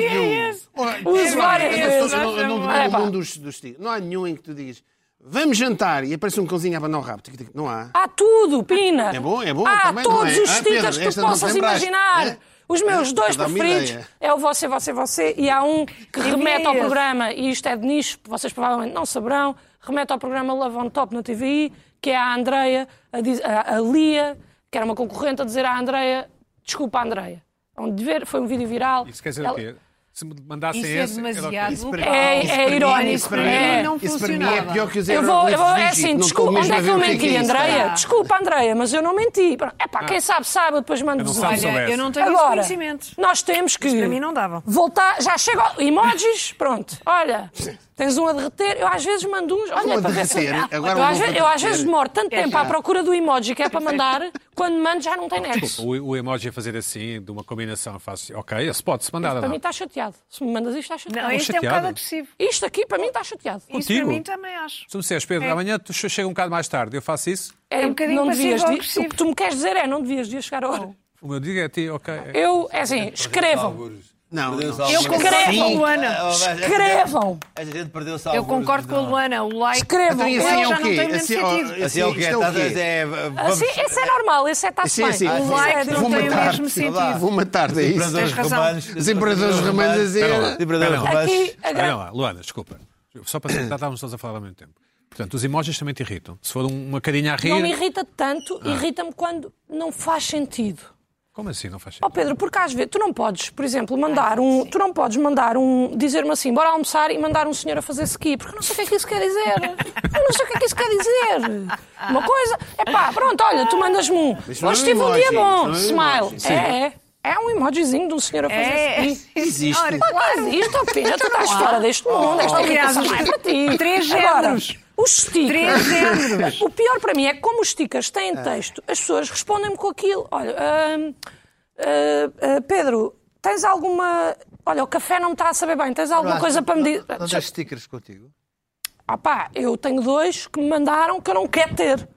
S2: Olha,
S5: Uso
S2: eu-
S5: várias
S2: eu- eu-
S5: vezes.
S2: Eu não- eu não
S5: É,
S2: domino
S5: pá.
S2: o mundo dos, dos tigres. Não há nenhum em que tu digas vamos jantar e aparece um cãozinho a abanar o rabo. Tic, tic, Não há.
S5: Há tudo, Pina.
S2: É bom, é bom,
S5: Há
S2: também
S5: todos
S2: não é?
S5: os
S2: Ah,
S5: stickers
S2: Pedro,
S5: que tu
S2: esta não te
S5: possas
S2: lembraste,
S5: imaginar.
S2: é?
S5: os meus
S2: É,
S5: dois
S2: dá-me
S5: preferidos
S2: ideia.
S5: é o Você, Você, Você e há um que
S3: Envia
S5: remete ao
S3: esse.
S5: programa, e isto é de nicho, vocês provavelmente não saberão, remete ao programa Love on Top na TVI, que é a Andreia, a, diz- a- a Lia, que era uma concorrente, a dizer à Andreia, desculpa Andreia. onde ver, foi um vídeo viral.
S1: Isso quer dizer
S5: Ela-
S1: o quê? Se me mandassem
S3: Isso é
S1: essa... era ok.
S3: demasiado.
S1: Isso-
S2: para-
S5: É-
S2: isso
S5: é
S2: para mim-
S5: irónico,
S2: isso para mim-
S5: é.
S3: Não
S2: isso para mim é
S3: funcionava.
S2: pior que os
S5: Eu vou, eu vou, é assim, desculpa, onde é que eu menti, Andreia?
S3: Ah.
S5: Desculpa, Andreia, mas eu não menti. É pá, quem sabe, sabe, eu depois
S1: Ah. Eu não
S5: mando-vos
S1: sei se
S5: um.
S1: soubesse.
S3: Olha, eu não tenho esse
S5: Agora,
S3: conhecimento.
S5: nós temos que.
S3: Para mim não dava.
S5: Voltar, já chega. ao- Emojis, pronto. Olha, tens um a derreter. Eu às vezes mando uns. Olha,
S2: Um a
S5: é para ver se-
S2: derreter, agora
S5: eu,
S2: um
S5: às
S2: a
S5: vezes, eu às vezes
S2: derreter.
S5: demoro tanto
S3: É
S5: tempo
S3: já.
S5: à procura do emoji que é para mandar, quando mando já não tem net.
S1: O, o emoji a fazer assim, de uma combinação, eu faço... assim, Ok, esse pode-se mandar.
S5: Para
S1: não.
S5: mim está chateado. Se me mandas isto, está chateado.
S3: Não, isto é um
S1: chateado.
S3: bocado agressivo.
S5: Isto aqui para mim está chateado.
S3: Isso para
S1: Contigo?
S3: mim também acho.
S1: Se me disseres, Pedro, amanhã tu chega um bocado mais tarde, eu faço isso,
S5: É,
S3: um bocadinho
S5: não devias
S3: passivo
S5: de-
S3: agressivo.
S5: O que tu me queres dizer é não devias de chegar a hora.
S1: o meu dia é a ti, ok. é-
S5: Eu, é assim, escrevam.
S2: Não,
S4: Deus,
S2: não.
S4: alguns-
S3: Eu
S4: Sim.
S3: concordo com a Luana.
S5: Escrevam.
S4: A gente perdeu-se então.
S3: Eu concordo com a Luana. O like.
S5: Escrevam.
S2: E
S3: Eu
S2: assim é
S3: já
S2: o
S3: não tenho
S2: quê?
S3: o mesmo
S2: Assim, ó,
S3: sentido.
S4: Assim é o quê?
S2: isto é o
S4: Estás a
S2: quê?
S4: dizer, vamos-
S5: Assim, esse é normal, esse é está-se
S2: Esse
S5: bem.
S2: é assim.
S3: O
S5: Esse
S3: Um like
S5: é
S3: não
S5: de-
S2: Vou
S3: tem o
S2: matar-te,
S3: mesmo
S2: sei lá.
S3: sentido.
S2: Vou matar-te, é isso.
S4: Imperadores
S3: razão.
S4: romanos.
S2: Os imperadores romanos
S4: Espera lá,
S2: eram...
S4: os Imperadores
S1: Espera
S4: romanos.
S5: Aqui,
S3: um-
S5: a
S1: Espera lá, Luana, desculpa. Só para tentar, estávamos todos a falar ao mesmo tempo. Portanto, os emojis também te irritam. Se for um- uma carinha a rir...
S5: Não me irrita tanto,
S2: Ah.
S5: irrita-me quando não faz sentido.
S1: Como assim não faz sentido?
S5: Ó Pedro, porque às vezes tu não podes, por exemplo, mandar um. Tu não podes mandar um. Dizer-me assim, bora almoçar e mandar um senhor a fazer ski, porque eu não sei o que é que isso quer dizer. Eu não sei o que é que isso quer dizer. Uma coisa. É pá, pronto, olha, tu mandas-me um.
S2: não é
S5: Hoje tive um
S2: emoji,
S5: dia bom,
S2: isso não é
S5: smile. É, é. É um emojizinho de um senhor a fazer
S3: É.
S5: ski.
S2: Existe.
S3: Ora,
S5: Claro, isto apenas tu estás fora deste mundo. Esta
S3: Aliás,
S5: irritação
S3: os-
S5: não é para ti.
S3: três
S5: Agora,
S3: géneros.
S5: Os stickers.
S3: Três géneros.
S5: O pior para mim é que, como os stickers têm
S4: Ah.
S5: texto, as pessoas respondem-me com aquilo. Olha, ahm, ah, ah, Pedro, tens alguma. Olha, o café não me está a saber bem. Tens alguma coisa para me dizer?
S4: Não tens stickers contigo?
S5: Ah pá, eu tenho dois que me mandaram que eu não quero ter.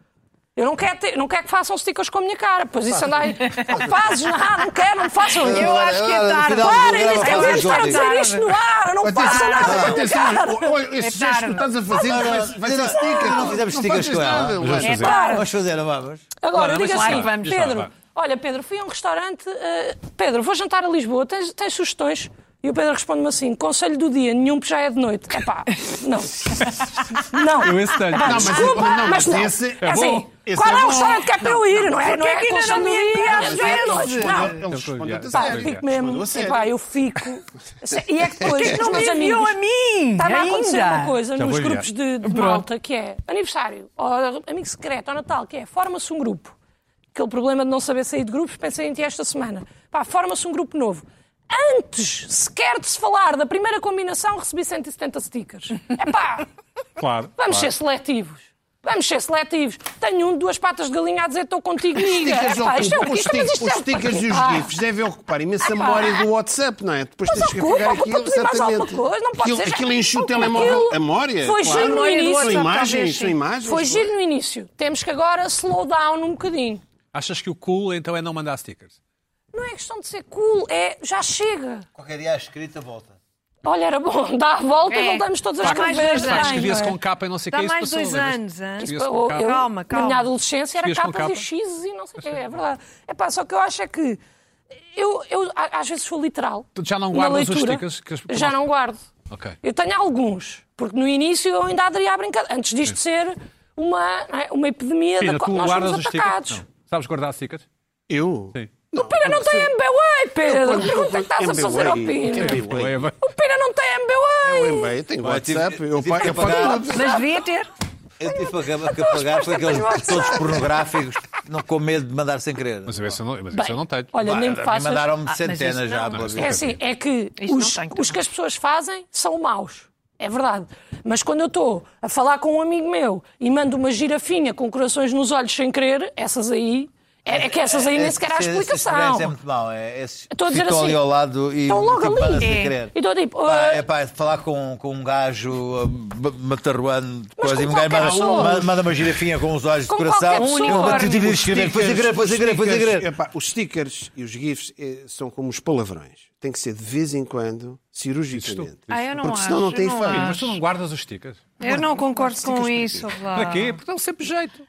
S5: Eu não quero, ter, não quero que façam stickers com a minha cara, pois isso anda aí. Não fazes nada, não quero, não me façam.
S3: Eu acho que é
S4: Agora, no
S3: tarde.
S4: final do
S5: Parem,
S4: programa,
S5: quer dizer,
S4: fazes
S5: estar a
S4: jogos.
S5: dizer isto no ar, não
S4: é
S5: façam nada com a minha
S2: Atenção,
S5: cara.
S2: olha, esse
S3: É
S2: gesto que
S3: tarde.
S2: estás a fazer vai vai ser sticker.
S4: Não fizemos
S2: Não
S4: stickers
S2: fazes
S4: com ela.
S2: nada,
S4: Vamos
S2: Luana.
S1: fazer.
S2: É
S1: Mas
S5: Para.
S4: Vamos fazer, não vamos?
S5: Agora,
S1: Não,
S5: diga
S1: mas lá
S5: assim,
S1: vamos,
S5: Pedro,
S1: lá, vá.
S5: olha, Pedro, fui a um restaurante, eh, Pedro, vou jantar a Lisboa, tens, tens sugestões? E o Pedro responde-me assim, conselho do dia, nenhum porque já é de noite. Epá, não. Não.
S1: Eu esse tenho. Não, mas-
S5: Desculpa,
S2: não, mas
S5: mas, não.
S2: esse
S5: é
S1: é
S5: assim,
S1: bom.
S2: Esse
S5: qual
S2: é
S5: é, o
S2: bom.
S5: restaurante que é para eu ir? Não é, não
S3: Porquê
S5: é
S3: que ainda
S5: conselho
S3: não
S5: do
S3: me
S5: dia,
S3: enviaste
S5: às vezes.
S3: esse?
S5: Não.
S2: Ele responde a
S5: Pá,
S1: Pois é.
S5: fico mesmo.
S2: Respondeu a sério.
S5: Epá, eu fico. E é que depois,
S3: Não me
S5: meus
S3: enviou
S5: amigos,
S3: a mim!
S5: Estava a Tá acontecer
S3: ainda.
S5: uma coisa
S1: Já
S5: nos
S1: vou
S5: grupos de, de
S3: Pronto.
S5: malta, que é aniversário, ou amigo secreto, ou Natal, que é forma-se um grupo. Aquele problema de não saber sair de grupos, pensei em ti esta semana. Pá, forma-se um grupo novo. Antes sequer de se falar da primeira combinação, recebi 170 stickers. É pá,
S1: Claro.
S5: vamos
S1: claro.
S5: ser seletivos. Vamos ser seletivos. Tenho um de duas patas de galinha a dizer estou contigo, amiga.
S2: stickers
S5: Epá,
S2: ocupam-
S5: isto é o que
S2: os
S5: isto,
S2: stick-
S5: mas isto
S2: os
S5: é o-
S2: stickers e os
S5: Ah.
S2: GIFs devem ocupar imensa memória do WhatsApp, não é? Depois
S5: Mas
S2: tens que
S5: ocupa,
S2: pegar
S5: ocupa
S2: aquilo,
S5: tudo e mais alguma coisa. Não pode
S2: aquilo,
S5: ser. já-
S2: aquilo enche o
S5: Aquilo
S2: telemóvel. A memória?
S5: Foi
S2: claro.
S5: giro no
S3: Memória do
S5: início.
S2: São
S3: WhatsApp,
S2: imagens,
S3: talvez,
S2: são
S3: sim.
S2: imagens.
S5: Foi giro no início. Temos que agora slow down um bocadinho.
S1: Achas que o cool então é não mandar stickers?
S5: Não é questão de ser cool, é já chega.
S4: Qualquer dia a escrita volta.
S5: Olha, era bom, dá a volta e
S3: É.
S5: voltamos todas as
S3: Dá mais
S5: conversas.
S3: dois anos.
S5: Ai,
S1: Escrevia-se
S5: não é?
S1: com capa e não sei o que
S3: Dá
S1: isso
S3: mais
S1: passou,
S3: dois
S1: lembras-te?
S3: anos, hein?
S1: Escrevia-se
S5: Eu,
S1: com capa.
S5: eu-
S3: Calma,
S5: Na minha
S3: calma.
S5: adolescência era
S1: Escrevias com
S5: capas e
S1: capa?
S5: X e não sei o que, é verdade. Epá, só que eu acho é que eu, eu a- às vezes sou literal.
S1: Tu já não
S5: na
S1: guardas os
S5: leitura.
S1: stickers que as-
S5: Já não guardo.
S1: Ok.
S5: Eu tenho alguns, porque no início eu ainda aderia à brincadeira, antes disto ser uma, não é, uma epidemia
S1: Pina,
S5: da
S1: É. tu
S5: qual nós
S1: guardas
S5: fomos
S1: os stickers?
S5: atacados.
S1: Não. Sabes guardar stickers?
S2: Eu?
S1: Sim.
S5: O Pina não tem MBWay, Pedro!
S2: Quando-
S5: Pergunta que estás a
S2: MBWay,
S5: fazer ao Pina.
S2: MBWay.
S1: Ué, vai.
S5: O Pina não tem
S2: Eu
S5: MBWay!
S2: lembrei, eu tenho
S4: Eu tive-
S2: WhatsApp, eu
S4: eu tive
S2: pa-
S4: que
S2: eu pago
S4: pagar.
S2: tudo.
S3: Mas devia ter.
S4: Eu tive que-
S5: Então,
S4: que pagar com aqueles todos pornográficos, não com medo de mandar sem querer.
S1: Mas esse eu não, mas esse eu não tenho.
S5: Olha, nem Ah, me
S4: Pá,
S5: faças.
S4: mandaram-me
S3: mas
S4: centenas
S3: isso
S4: já.
S3: não.
S4: pela
S5: É
S4: vida.
S5: assim, é que
S3: Isto
S5: os,
S3: não tem que
S5: os que as pessoas fazem são maus. É verdade. Mas quando eu estou a falar com um amigo meu e mando uma girafinha com corações nos olhos sem querer, essas aí. É, é que essas aí nem sequer há
S4: Essa- essa experiência é
S5: explicação.
S4: muito mau. É, esses
S5: Estou a dizer
S4: ficam
S5: assim,
S4: ali ao lado e
S5: estão logo
S4: tipo,
S5: ali.
S4: mandam sem
S3: É.
S4: querer.
S5: E estou tipo.
S4: Pá,
S5: "Ah,
S4: é pá, falar com, com um gajo uh, b- matarruano de
S5: Mas
S4: coisa e
S5: com
S4: um gajo
S5: qualquer
S4: manda,
S5: pessoa.
S4: ma- manda uma girafinha com os olhos
S5: Com
S4: de coração.
S5: qualquer
S4: Eu vou
S5: pessoa.
S4: te dizer, escrever, Foi sem querer, foi sem querer, foi sem
S2: Stickers,
S4: querer.
S2: epá, os stickers e os GIFs eh, são como os palavrões. Tem que ser de vez em quando, cirurgicamente.
S3: Ah, eu não
S2: Porque
S3: acho.
S2: senão não tem
S3: eu
S2: efeito.
S1: Mas
S3: acho.
S1: tu não guardas os stickers?
S3: Eu não concordo com isso, Vlad.
S1: Para quê? Porque dá sempre jeito.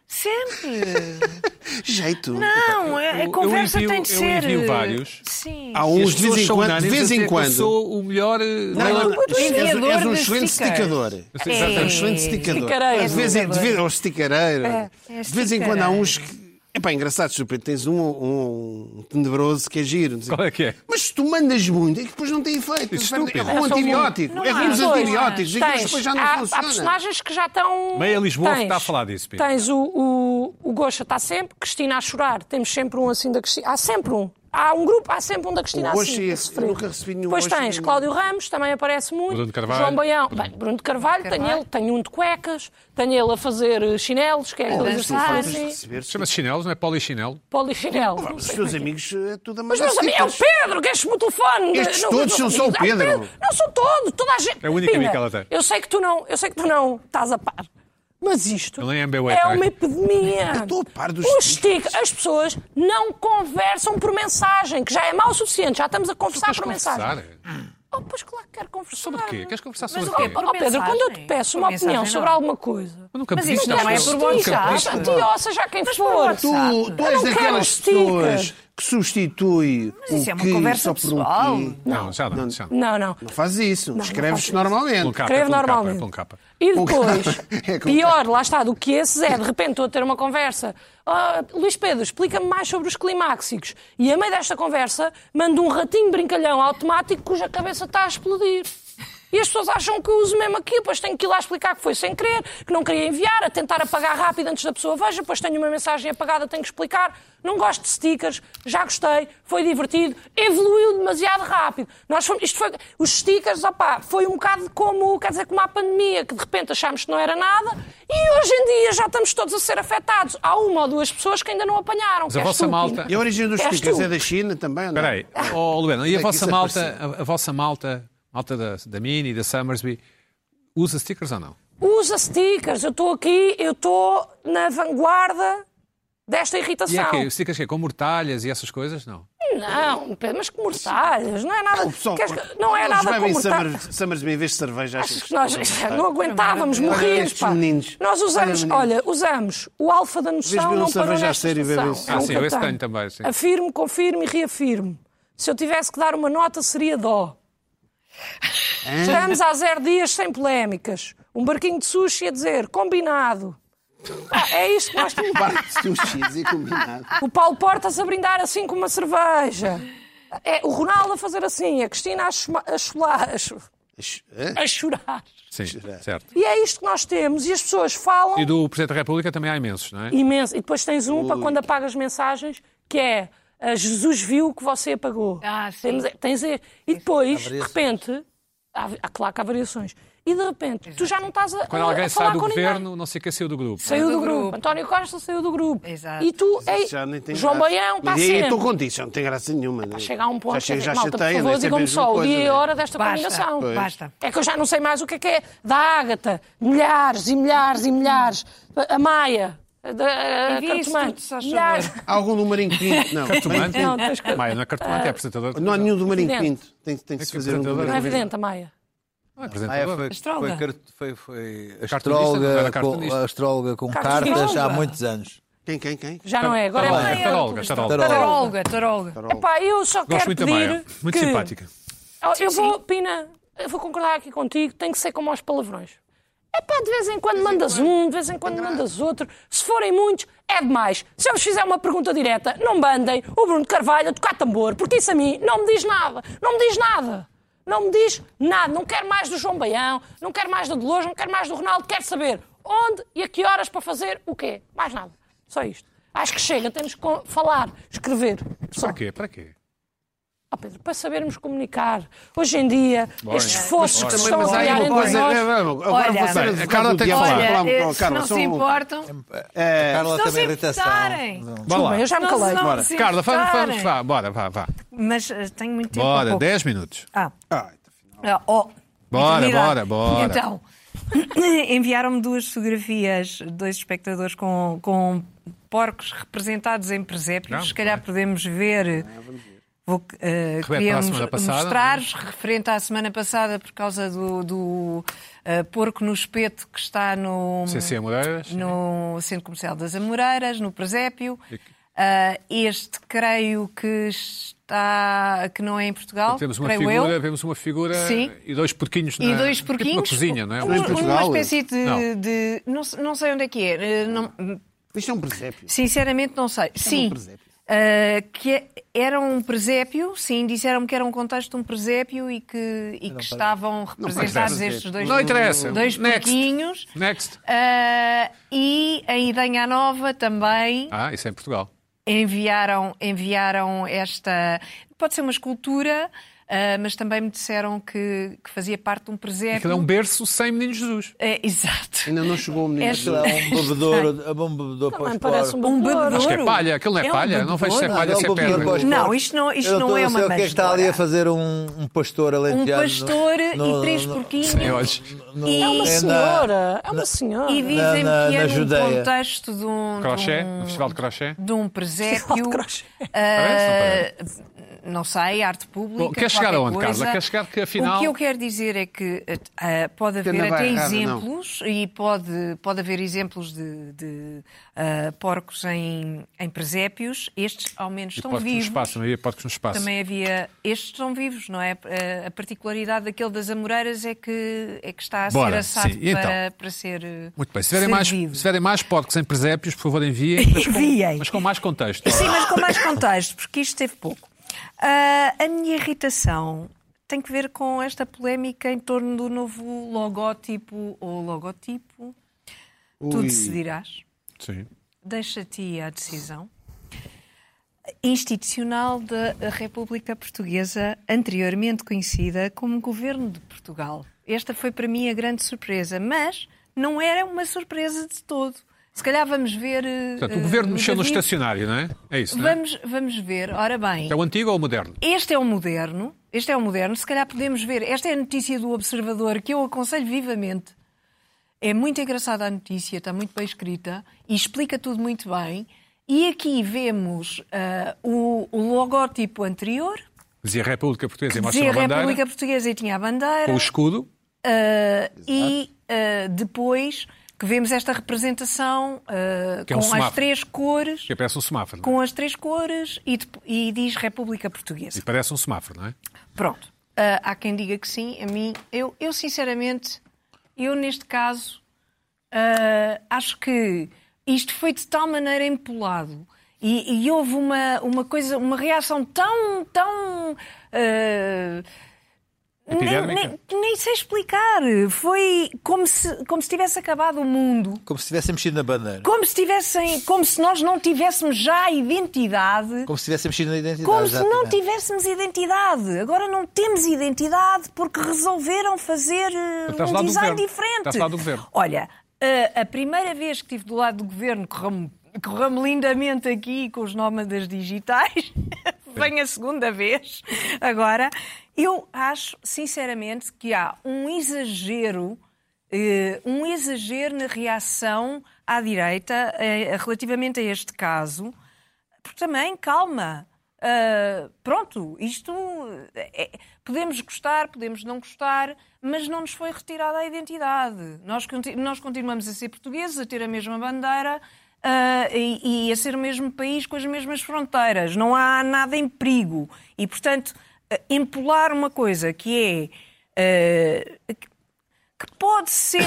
S3: Sempre.
S2: Jeito.
S3: Não,
S1: Eu-
S3: é- a
S1: eu
S3: conversa
S1: envio-
S3: tem de
S1: eu
S3: ser. eh,
S1: envio vários.
S3: Sim.
S2: Há
S1: E
S2: uns
S1: as
S2: de
S1: pessoas
S2: vez em
S1: são
S2: quando. De
S1: unânimes a
S2: vez
S1: dizer
S2: em
S1: que eu
S2: quando.
S1: sou o melhor. eh,
S2: Não, não,
S1: trailer.
S2: não, és,
S3: enviador
S2: és um
S3: de
S2: excelente
S3: stickers.
S1: Eu
S2: esticador.
S1: sei
S2: És um
S1: exatamente.
S2: excelente esticador.
S5: Esticareiro.
S2: De vez em, de vez, ou esticareiro.
S5: É,
S2: de vez em quando há uns que É pá, engraçado, super. Tens um, um tenebroso que é giro. não sei.
S1: Qual é que é?
S2: Mas se tu mandas muito, é que depois não tem efeito.
S1: Isso é
S2: é
S1: estúpido.
S2: como
S5: É só um-
S2: antibiótico.
S5: Não
S2: é
S5: há.
S2: como os
S5: Dois.
S2: antibióticos. E aquilo
S5: Tens-
S2: depois já não
S5: há, Há
S2: funciona.
S5: personagens que já estão.
S1: Meia Lisboa
S5: Tens-
S1: está a falar disso, Pedro.
S5: Tens o, o, o Gocha está sempre, Cristina a chorar. Temos sempre um assim da Cristina. Há sempre um. Há um grupo, há sempre um da Cristina
S2: O Gocha
S5: assim.
S2: é
S5: a
S2: esse.
S5: sofrer.
S2: Eu nunca recebi nenhum
S5: Depois
S2: Gocha
S5: tens
S2: nenhum.
S5: Cláudio Ramos, também aparece muito.
S1: Bruno de Carvalho.
S5: João Baião.
S1: Bruno.
S5: Bem, Bruno de Carvalho,
S3: Carvalho.
S5: tenho ele, tenho um de cuecas, tenho ele a fazer eh, chinelos, que é
S2: Oh,
S5: aquele
S3: dançar,
S5: exercício.
S1: Chama-se chinelos, não é polichinelo?
S5: Polichinelo. não
S2: Os teus
S5: sei como é que é.
S2: amigos é tudo a
S5: Mas meus amigos, é o Pedro, que enche-me o telefone.
S2: Estes
S5: Não,
S2: todos são
S5: não,
S2: só o
S5: não, é
S2: Pedro.
S5: Não são todos, toda a gente.
S1: É a única amiga
S5: Pina,
S1: que ela tem.
S5: Eu sei que tu não, eu sei que tu não estás a par. Mas isto
S1: Ele nem é MBA,
S5: é
S1: tá?
S5: uma epidemia.
S2: Eu estou a par dos
S5: Os
S2: stickers.
S5: stickers, as pessoas não conversam por mensagem, que já é mau o suficiente, já estamos a conversar
S1: Queres
S5: por
S1: conversar?
S5: mensagem. Oh, pois claro que quero conversar.
S1: Sobre o quê? Então, Queres conversar
S3: Mas
S1: sobre
S3: o quê?
S1: quê?
S3: Por
S5: Oh, Pedro,
S3: mensagem?
S5: quando eu te peço uma
S3: Por mensagem,
S5: opiniu
S3: não.
S5: sobre alguma coisa,
S1: Eu nunca
S3: Mas
S1: pedi
S3: isso
S1: isto um
S3: não
S1: às
S3: é
S1: pessoas. Nunca
S3: por
S1: pedi isto.
S3: WhatsApp.
S5: Tio, seja quem for.
S3: por
S2: Tu, tu és
S5: Eu não quero
S2: daquelas
S5: stickers.
S2: pessoas que substitui
S3: Mas isso
S2: o
S3: é uma
S2: que
S3: conversa
S2: só por um
S3: pessoal.
S2: que.
S1: Não, já não. Já não.
S5: Não, não.
S2: Não faz isso.
S5: não faço
S2: Escreves
S5: isso.
S1: Pelo
S2: normalmente.
S1: capa,
S5: Escreve
S1: pelo capa,
S5: normalmente.
S1: pelo capa.
S5: E
S2: Com
S5: depois,
S2: capa. É, com
S5: pior, lá está, do que esses é, de repente estou a ter uma conversa. Ah, Luís Pedro, explica-me mais sobre os climáxicos. E a meio desta conversa, mando um ratinho brincalhão automático cuja cabeça está a explodir. E as pessoas acham que eu uso mesmo aquilo, depois tenho que ir lá explicar que foi sem querer, que não queria enviar, a tentar apagar rápido antes da pessoa veja, depois tenho uma mensagem apagada, tenho que explicar. Não gosto de stickers, já gostei, foi divertido, evoluiu demasiado rápido. Nós fomos, isto foi, os stickers, opá, foi um bocado como, quer dizer, como a pandemia, que de repente achámos que não era nada, e hoje em dia já estamos todos a ser afetados. Há uma ou duas pessoas que ainda não apanharam.
S1: Mas
S5: que
S1: a
S5: é és
S1: vossa
S5: tu,
S1: malta-
S5: Pina.
S2: E a origem dos
S5: És tu.
S2: stickers é da China também, ou não?
S1: Espera aí. Oh, Luana, e
S2: é
S1: a
S2: que
S1: vossa
S2: isso
S1: malta, a, a vossa malta, malta da, da Mini, da Summersby, usa stickers ou não?
S5: Usa stickers, eu estou aqui, eu estou na vanguarda desta
S1: E é
S5: irritação.
S1: que stickers que é com mortalhas e essas coisas? Não.
S5: Não, Pedro, mas que mortalhas, não é nada.
S2: O pessoal,
S5: queres que- não é
S2: eles
S5: nada
S2: bebem
S5: com mortalhas.
S2: Summers- Summersby em vez de cerveja. achas
S5: Acho
S2: que
S5: que nós
S2: são
S5: não
S2: mortais?
S5: aguentávamos, morríamos,
S2: estes
S5: pá.
S2: meninos.
S5: Nós usamos,
S2: Olha,
S5: olha, usamos o alfa da
S2: Vês
S5: noção,
S2: beber
S5: não
S2: um
S5: para
S2: cerveja
S5: nesta
S2: a sério e
S5: estação.
S2: bebem-se.
S5: É um
S1: Ah, sim, eu esse tenho
S5: catano.
S1: também, sim.
S5: Afirmo, confirmo e reafirmo. Se eu tivesse que dar uma nota, seria dó. Estamos há zero dias sem polémicas. Um barquinho de sushi a dizer, combinado. Ah, é isto que nós temos.
S2: um Barco de sushis e combinado.
S5: O Paulo Portas a brindar assim com uma cerveja. É, o Ronaldo a fazer assim, a Cristina a, chuma- a cholar, a, cho-
S2: Hã?
S5: a chorar.
S1: Sim, certo.
S5: E é isto que nós temos. E as pessoas falam
S1: E do Presidente da República também há imensos, não é?
S5: imenso. E depois tens um para quando apagas mensagens, que é ah, Jesus viu o que você apagou.
S3: Ah, sim.
S5: Temos- é, tens e e depois, de repente, há, há, claro que há variações. E de repente, tu já não estás a,
S1: Quando
S5: a-
S1: alguém
S5: a
S1: sai
S5: falar
S1: do
S5: com ninguém.
S1: governo, não sei quem saiu do grupo.
S5: Saiu do,
S3: Do
S5: grupo.
S3: grupo.
S5: António Costa saiu do grupo.
S3: Exato.
S5: E tu, ei,
S2: Já nem tem
S5: João é
S2: graça.
S5: Baião está
S2: Mas aí eu
S5: sempre.
S2: estou contigo, já não tem graça nenhuma. né?
S5: Chega a um ponto,
S2: já chega,
S5: quer
S2: já
S5: dizer, malta, por
S2: chateia,
S5: favor,
S2: deve ser a
S5: digam-me
S2: mesma
S5: só o
S2: coisa,
S5: dia e
S2: né?
S5: a hora desta
S3: Basta,
S5: combinação.
S3: basta.
S5: É que eu já não sei mais o que é que é da Ágata, milhares e milhares e milhares, a Maia, a- a a
S3: Envia isso
S5: Cartomante,
S3: tudo, se faz
S5: milhares.
S2: Há algum do Marinho Pinto? Não.
S1: Cartomante?
S5: Não, tens que-
S1: Maia não é cartomante, é apresentador.
S2: Não há nenhum do Marinho
S5: Evidente.
S2: Pinto. Tem, tem que
S1: É
S2: se
S1: que
S2: fazer um do
S1: apresentador.
S5: Não
S2: Marinho
S5: é
S2: Pinto.
S5: evidente, a Maia.
S1: Não é
S4: Ah, é,
S1: apresentador.
S4: foi,
S3: Astróloga.
S4: foi, cart- foi, foi
S1: não era
S4: astróloga, com,
S1: cartunista.
S4: astróloga com
S5: Cartunista.
S4: cartas há muitos anos.
S2: Quem, quem, quem?
S1: Tá
S5: Já não é, agora é
S1: Taróloga,
S5: Maia.
S1: taróloga, taróloga.
S3: Taróloga, taróloga.
S5: Epá, eu só
S1: Gosto
S5: quero
S1: muito da Maia.
S5: pedir
S1: Muito
S5: que...
S1: simpática.
S5: Oh, Eu vou, Pina, eu vou concordar aqui contigo, tem que ser como aos palavrões. É pá, de vez em quando mandas um, de vez em quando mandas outro. Se forem muitos, é demais. Se eu vos fizer uma pergunta direta, não mandem o Bruno de Carvalho a tocar tambor, porque isso a mim não me diz nada. Não me diz nada. Não me diz nada. Não quero mais do João Baião, não quero mais da Dolores, não quero mais do Ronaldo. Quero saber onde e a que horas para fazer o quê. Mais nada. Só isto. Acho que chega, temos que con- falar, escrever. Só.
S1: Para quê? Para quê?
S5: Ah, Pedro, para sabermos comunicar. Hoje em dia, estes esforços que se
S2: Também,
S5: estão
S2: mas
S5: a
S2: há aí
S5: criar
S2: uma
S5: entre
S2: coisa.
S5: nós...
S2: Agora
S3: Olha,
S2: vou ser
S3: Bem, a
S2: advogado
S1: Carla
S2: do
S1: tem que
S2: diabo.
S1: falar.
S2: Vamos
S3: Olha, eh,
S2: lá,
S3: se
S2: Carla,
S3: não
S2: só
S3: se
S2: um-
S3: importam,
S4: A Carla
S3: Não
S4: também
S3: se
S4: irrita
S3: importarem.
S1: Vá lá.
S5: Bem, eu já me
S3: Não,
S5: calei.
S3: não.
S5: Bora.
S3: Sim,
S1: Carla, vamos,
S3: estarem.
S1: vamos, vá, bora, vá, vá.
S3: mas eh, tenho muito tempo.
S1: Bora,
S3: pouco.
S1: 10 minutos.
S3: Ah,
S2: Ah,
S3: ah, oh.
S1: Bora,
S3: Intimidade.
S1: bora, bora.
S3: Então, enviaram-me duas fotografias, dois espectadores com, com porcos representados em presépios.
S1: Ah,
S3: Se calhar podemos ver. Vou, eh,
S1: para a
S3: queria
S1: semana
S3: mos-
S1: passada. é?
S3: mostrar-vos, referente à semana passada, por causa do, do, eh, porco no espeto que está no,
S1: CC Moreiras.
S3: no Centro Comercial das Amoreiras, no Presépio.
S1: E-
S3: Ah, este creio que está que não é em Portugal,
S1: Temos uma
S3: creio
S1: figura,
S3: eu.
S1: vemos uma figura
S3: Sim.
S1: e dois porquinhos na
S3: E dois
S1: tipo
S3: porquinhos. Um,
S1: na cozinha, não é?
S3: Uma,
S2: Em
S3: uma
S2: Portugal?
S3: espécie de.
S1: Não.
S3: de- Não. se- não sei onde é que é. eh, Não,
S2: Isto é um presépio.
S3: Sinceramente, não
S1: É um
S3: sei. Sim.
S2: presépio.
S3: ah, que é- era um presépio, sim, disseram-me que era um contexto de um presépio e que, e que estavam representados
S2: presépio.
S3: estes dois,
S1: Não interessa.
S3: dois
S1: Next.
S3: porquinhos.
S1: Next.
S3: Ah, e em Idenha Nova também
S1: Ah, isso é em Portugal.
S3: enviaram, enviaram esta. Pode ser uma escultura, ah, mas também me disseram que, que fazia parte de um presépio.
S1: Aquilo é um berço sem Menino Jesus.
S3: É, exato.
S2: Ainda não chegou o menino.
S3: Esta-
S4: Aquilo é um bebedouro, é um bebedouro para o
S5: Também
S4: esporo.
S5: parece um
S3: Um
S5: bebedouro.
S1: Acho que
S3: Ouro.
S1: é palha. Aquilo não é,
S3: É um
S1: palha. Não vejo se é
S3: bebedouro.
S1: palha, se é
S4: Não, é um bebedouro
S1: pedra.
S4: para o
S3: Não,
S4: esporo.
S3: isto não- isto
S4: Eu
S3: não é
S4: sei
S3: uma
S4: o que é que está ali
S3: manjedoura.
S4: a fazer um, um pastor
S3: Um
S4: alentejano.
S3: pastor
S4: no-
S3: e três
S4: no-
S3: porquinhos.
S1: Sem olhos.
S3: E-
S5: É uma
S4: na-
S5: senhora. É uma senhora.
S3: E dizem-me
S4: na-
S3: que
S4: na
S3: é num
S4: Judeia.
S3: contexto de um,
S1: Crochê?
S3: de um,
S1: No festival de crochê?
S3: de um presépio.
S5: de crochê.
S3: ah,
S1: Parece,
S3: não sei, arte pública.
S1: Bom, quer chegar
S3: qualquer
S1: aonde,
S3: coisa.
S1: Carla? Quer chegar que, afinal-
S3: O que eu quero dizer é que ah, pode
S2: Que
S3: haver
S2: não vai
S3: até
S2: errado, não.
S3: exemplos e pode, pode haver exemplos de, de, ah, porcos em, em presépios. Estes, ao menos,
S1: E
S3: estão
S1: porcos no
S3: vivos.
S1: espaço. Não havia porcos no espaço.
S3: Também havia. Estes são vivos, não é? A- A particularidade daquele das Amoreiras é que, é que está a ser
S1: Bora,
S3: assado
S1: sim. E então?
S3: para, para ser. eh,
S1: Muito bem. Se tiverem, mais, se
S3: servido.
S1: tiverem mais porcos em presépios, por favor, enviem. Mas com,
S3: Enviem.
S1: mas com mais contexto.
S3: Sim, mas com mais contexto, porque isto teve pouco. Ah, a minha irritação tem que ver com esta polémica em torno do novo logótipo ou logotipo. Tu
S2: Ui.
S3: decidirás.
S1: Sim.
S3: Deixa-te a decisão institucional da República Portuguesa, anteriormente conhecida como Governo de Portugal. Esta foi para mim a grande surpresa, mas não era uma surpresa de todo. Se calhar vamos ver. eh,
S1: Portanto,
S3: eh,
S1: o governo mexeu no
S3: David.
S1: estacionário, não é? É isso, não é?
S3: Vamos, vamos ver. Ora bem,
S1: É o antigo ou o moderno?
S3: este é o moderno. Este é o moderno. Se calhar podemos ver. Esta é a notícia do Observador que eu aconselho vivamente. É muito engraçada a notícia, está muito bem escrita e explica tudo muito bem. E aqui vemos ah, o, o logótipo anterior,
S1: Dizia República Portuguesa
S3: que
S1: e
S3: dizia
S1: mostra uma
S3: República
S1: bandeira
S3: Portuguesa e tinha a bandeira.
S1: com o escudo.
S3: Uh, e uh, depois que vemos esta representação uh,
S1: Que é um
S3: com as
S1: semáforo.
S3: três cores,
S1: Que parece um semáforo. não é?
S3: com as três cores e, dep- e diz República Portuguesa.
S1: E parece um semáforo, não é?
S3: Então, Pronto. Uh, há quem diga que sim, a mim, eu, eu sinceramente, eu neste caso uh, acho que isto foi de tal maneira empolado e, e houve uma, uma coisa, uma reação tão, tão uh, nem,
S1: Epidérmica.
S3: nem- nem sei explicar. Foi como se, como se tivesse acabado o mundo.
S4: Como se tivessem mexido na bandeira.
S3: Como se tivessem, como se nós não tivéssemos já a identidade.
S4: Como se tivessem mexido na identidade.
S3: Como se não
S4: exatamente.
S3: tivéssemos identidade. Agora não temos identidade porque resolveram fazer eh,
S1: Estás do
S3: um
S1: lado do
S3: design
S1: governo.
S3: diferente.
S1: Estás do lado do governo.
S3: Olha, eh, a, a primeira vez que estive do lado do governo, correu-me correu lindamente aqui com os nómadas digitais. Vem a segunda vez. Agora, eu acho, sinceramente, que há um exagero. eh, um exagero na reação à direita eh, relativamente a este caso, porque também, calma. Ah, pronto, isto é- podemos gostar, podemos não gostar, mas não nos foi retirada a identidade. Nós, conti- nós continuamos a ser portugueses, a ter a mesma bandeira ah, e, e a ser o mesmo país com as mesmas fronteiras. Não há nada em perigo. E, portanto, ah, empolar uma coisa que é ah, que pode ser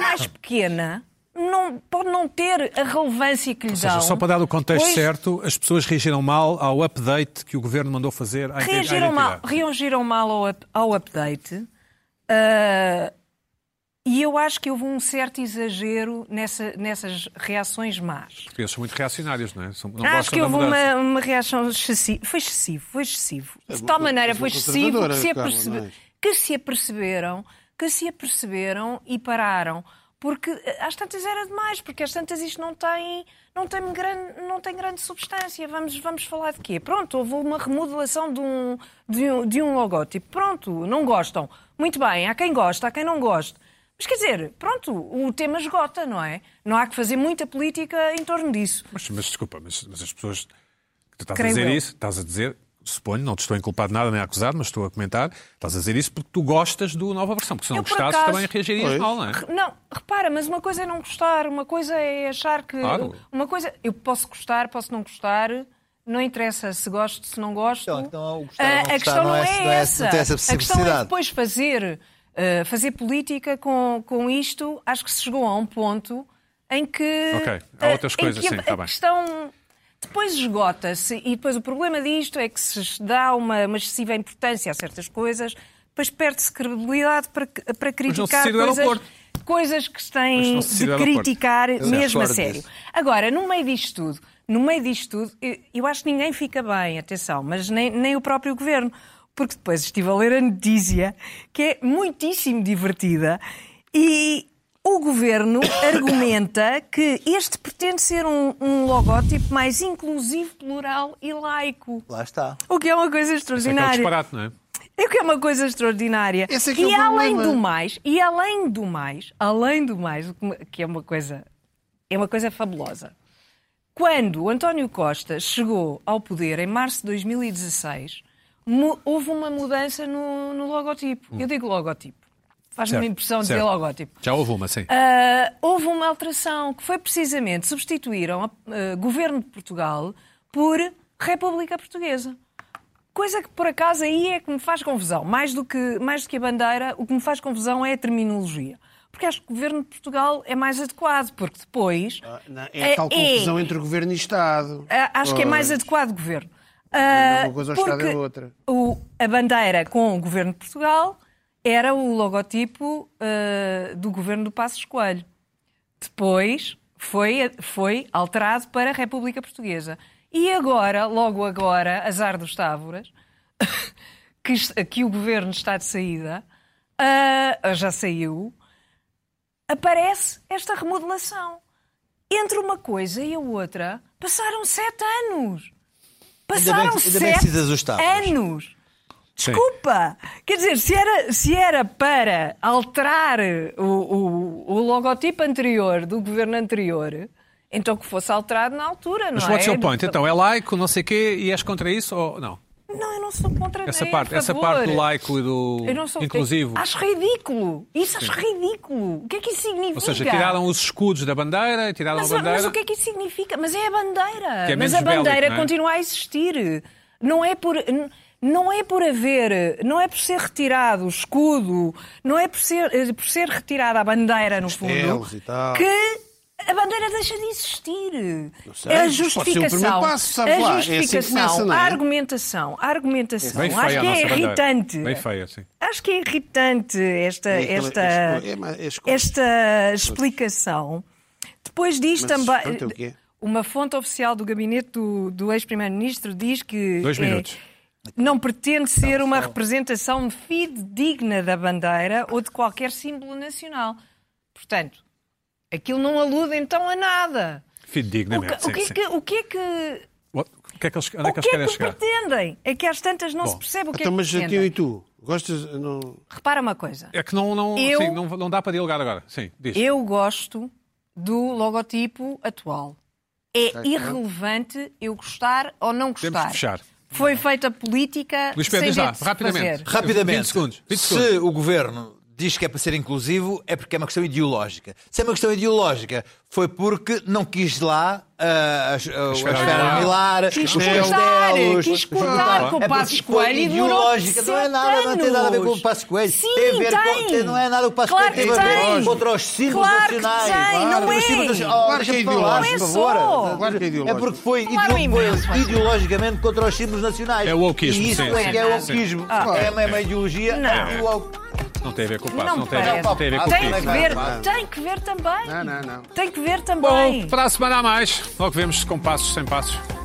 S3: mais pequena, não, pode não ter a relevância que lhe
S1: Ou
S3: dão.
S1: seja, só para dar o contexto
S3: Pois,
S1: certo, as pessoas reagiram mal ao update que o governo mandou fazer à identi- à
S3: Reagiram mal,
S1: identidade.
S3: reagiram mal ao, up- ao update ah, e eu acho que houve um certo exagero nessa- nessas reações más.
S1: Porque eles são muito reacionários, não é? São- Não
S3: Acho
S1: gostam
S3: que
S1: da
S3: Ah, houve
S1: mudança.
S3: uma, uma reação excessiva. Foi excessivo, foi excessivo. De tal
S2: uma-
S3: maneira
S2: uma
S3: foi excessivo que
S2: conservadora,
S3: se,
S2: Carla,
S3: apercebe-
S2: não é?
S3: que se aperceberam, que se aperceberam e pararam. Porque eh, às tantas era demais, porque às tantas isto não tem, não tem, grande, não tem grande substância. Vamos, vamos falar de quê? Pronto, houve uma remodelação de um, de, um, de um logótipo. Pronto, não gostam. Muito bem, há quem gosta, há quem não gosta. Mas quer dizer, pronto, o tema esgota, não é? Não há que fazer muita política em torno disso.
S1: Mas, mas desculpa, mas, mas as pessoas. Tu estás
S3: Creio
S1: a dizer
S3: eu.
S1: isso, estás a dizer, suponho, não te estou a inculpar de nada nem a acusar, mas estou a comentar, estás a dizer isso porque tu gostas do nova versão, porque se não
S3: Eu, por
S1: gostasses
S3: acaso-
S1: também reagirias
S2: Pois.
S1: mal, não é?
S3: Não, repara, mas uma coisa é não gostar, uma coisa é achar que.
S1: Claro.
S3: Uma coisa. Eu posso gostar, posso não gostar, não interessa se gosto, se não gosto.
S4: Então, então, o gostar ou
S3: Ah, a
S4: não gostar
S3: questão
S4: não
S3: não
S4: é-
S3: é,
S4: não é-
S3: essa.
S4: não tem essa
S3: a questão é
S4: possibilidade.
S3: depois fazer, ah, fazer política com, com isto. Acho que se chegou a um ponto em que.
S1: Ok, há outras
S3: em
S1: coisas,
S3: que a-
S1: sim, está
S3: a
S1: bem.
S3: questão depois esgota-se e depois o problema disto é que se dá uma, uma excessiva importância a certas coisas, depois perde-se credibilidade para, para
S1: não se
S3: criticar
S1: decide o
S3: coisas,
S1: aeroporto.
S3: coisas que se
S1: Mas
S3: têm
S1: não se decide
S3: de
S1: o aeroporto.
S3: criticar mesmo a
S4: discordo
S3: sério.
S4: disso.
S3: Agora, no meio disto tudo, no meio disto tudo, eu- eu acho que ninguém fica bem, atenção, mas nem, nem o próprio governo, porque depois estive a ler a notícia, que é muitíssimo divertida, e o governo argumenta que este pretende ser um, um logótipo mais inclusivo, plural e laico.
S4: Lá está.
S3: O que é uma
S1: É que
S3: coisa
S1: é o
S3: extraordinária.
S1: disparate, não é?
S3: É que é uma coisa extraordinária.
S2: Esse é que é
S3: e
S2: o
S3: além
S2: problema.
S3: do mais, e além do mais, além do mais, o que me- que é uma coisa, é uma coisa fabulosa. Quando o António Costa chegou ao poder em março de 2016, mu- houve uma mudança no, no logotipo. Eu digo logotipo. Faz-me uma
S1: Certo,
S3: impressão de tipo. dizer
S1: certo.
S3: logotipo.
S1: Já houve uma, sim.
S3: Ah, houve uma alteração que foi precisamente substituíram o Governo de Portugal por República Portuguesa. Coisa que por acaso aí é que me faz confusão. Mais do que, mais do que a bandeira, o que me faz confusão é a terminologia. Porque acho que o Governo de Portugal é mais adequado, porque depois.
S2: Não, é
S3: eh,
S2: tal confusão entre governo e Estado.
S3: ah, Acho que é mais
S2: Pois.
S3: adequado governo. Ah,
S2: uma coisa, o Estado é
S3: porque
S2: outra.
S3: o- a bandeira com o governo de Portugal era o logotipo ah, do governo do Passos Coelho. Depois foi, foi alterado para a República Portuguesa. E agora, logo agora, azar dos távoras, que, es- que o governo está de saída, ah, já saiu, aparece esta remodelação. Entre uma coisa e a outra, passaram sete anos. Passaram
S4: ainda bem que
S3: sete
S4: dizes os tábuas.
S3: anos. Desculpa! Quer dizer, se era, se era para alterar o, o, o logotipo anterior do governo anterior, então que fosse alterado na altura, não
S1: Mas
S3: é?
S1: what's your point? Então, é laico, não sei o quê, e és contra isso ou não?
S3: Não, eu não sou contra
S1: Essa
S3: nem é a
S1: parte, essa
S3: favor.
S1: parte do laico e do
S3: Eu não sou-
S1: inclusivo.
S3: Acho ridículo. Isso acho ridículo. O que é que isso significa?
S1: Ou seja, tiraram os escudos da bandeira e tiraram
S3: mas,
S1: a bandeira.
S3: mas o que é que isso significa? Mas é a bandeira.
S1: Que é
S3: mas
S1: menos
S3: a bandeira
S1: bélico, não é?
S3: continua a existir. Não é por. n- Não é por haver, não é por ser retirado o escudo, não é por ser, eh, por ser retirada a bandeira, no fundo,
S2: estrelas e tal.
S3: que a bandeira deixa de existir.
S2: sei,
S3: a
S2: mas pode ser o primeiro
S3: justificação,
S2: passo, sabes
S3: a
S2: lá, é assim que
S3: justificação,
S2: começa, não é?
S3: a argumentação, a argumentação.
S1: Bem
S3: Acho
S1: feia a
S3: que é
S1: nossa bandeira.
S3: irritante.
S1: Bem feia, sim.
S3: Acho que é irritante esta,
S2: É aquela-
S3: esta,
S2: é ma- é escuro.
S3: esta explicação. Depois diz
S2: Mas
S3: também.
S2: espanto é o quê?
S3: Uma fonte oficial do gabinete do, do ex-primeiro-ministro diz que.
S1: Dois
S3: eh,
S1: minutos.
S3: não pretende ser uma representação fidedigna da bandeira ou de qualquer símbolo nacional. Portanto, aquilo não alude então a nada. O
S1: Fidedignamente,
S3: que, o
S1: né, sim,
S3: que é
S1: sim.
S3: que. O que é que
S1: What- o que é que eles, onde
S3: o
S1: é que eles
S3: que é
S1: querem
S3: que
S1: chegar?
S3: pretendem? É que às tantas não se percebe o que
S2: Então,
S3: é que
S2: mas
S3: pretendem.
S2: e tu? Gostas? eh, Não...
S3: Repara uma coisa.
S1: É que não, não,
S3: Eu-
S1: sim, não, não dá para dialogar agora. Sim, diz.
S3: Eu gosto do logotipo atual. É irrelevante eu gostar ou não gostar.
S1: Temos que fechar.
S3: Foi feita política
S1: Luís
S3: sem
S1: Pedro, diz lá,
S3: jeito de se
S1: rapidamente.
S3: fazer.
S4: Rapidamente.
S1: 20 segundos, 20
S4: Se
S1: segundos.
S4: o governo diz que é para ser inclusivo, é porque é uma questão ideológica. Se é uma questão ideológica, foi porque não quis lá ah, as- ah, a
S1: esfera
S4: esfera
S1: anular.
S4: milar, os
S3: Quis cortar,
S4: costelos.
S3: quis cortar com o
S4: É porque
S3: Passos
S4: foi
S3: Coelho e demorou
S4: ideológica, não é nada, não tem nada a ver com o
S3: anos.
S4: Passos Coelho.
S3: Sim,
S4: tem a ver
S3: tem.
S4: com. tem- Não é nada o Passos
S3: Claro
S4: Coelho
S3: que
S4: a ver
S3: tem.
S4: contra os símbolos
S3: Claro que
S4: nacionais.
S3: tem,
S2: Ah,
S3: não
S4: Contra os
S3: é.
S4: símbolos nacionais. Oh,
S2: Claro que é
S4: deixa-me falar,
S2: ideológico.
S4: por
S3: Não
S4: favor.
S3: é só.
S2: Claro que é
S4: É
S2: ideológico.
S4: porque foi
S3: Claro, é
S4: ideo- foi
S3: imenso.
S4: ideologicamente contra os símbolos nacionais.
S1: É o wokeismo,
S4: E isso
S1: sim,
S4: é que é
S1: sim,
S4: o
S1: sim.
S4: wokeismo.
S5: Ah,
S4: É a mesma ideologia. é o woke.
S1: Não tem a ver com o passo,
S3: Não
S1: não, tem, a ver-
S3: parece.
S1: não tem a ver com o
S3: Tem
S1: PIB.
S3: que
S4: Vai,
S3: ver,
S4: vai.
S3: tem que ver também.
S2: Não, não, não.
S3: Tem que ver também.
S1: Bom, para a semana a mais, logo vemos com passos, sem passos.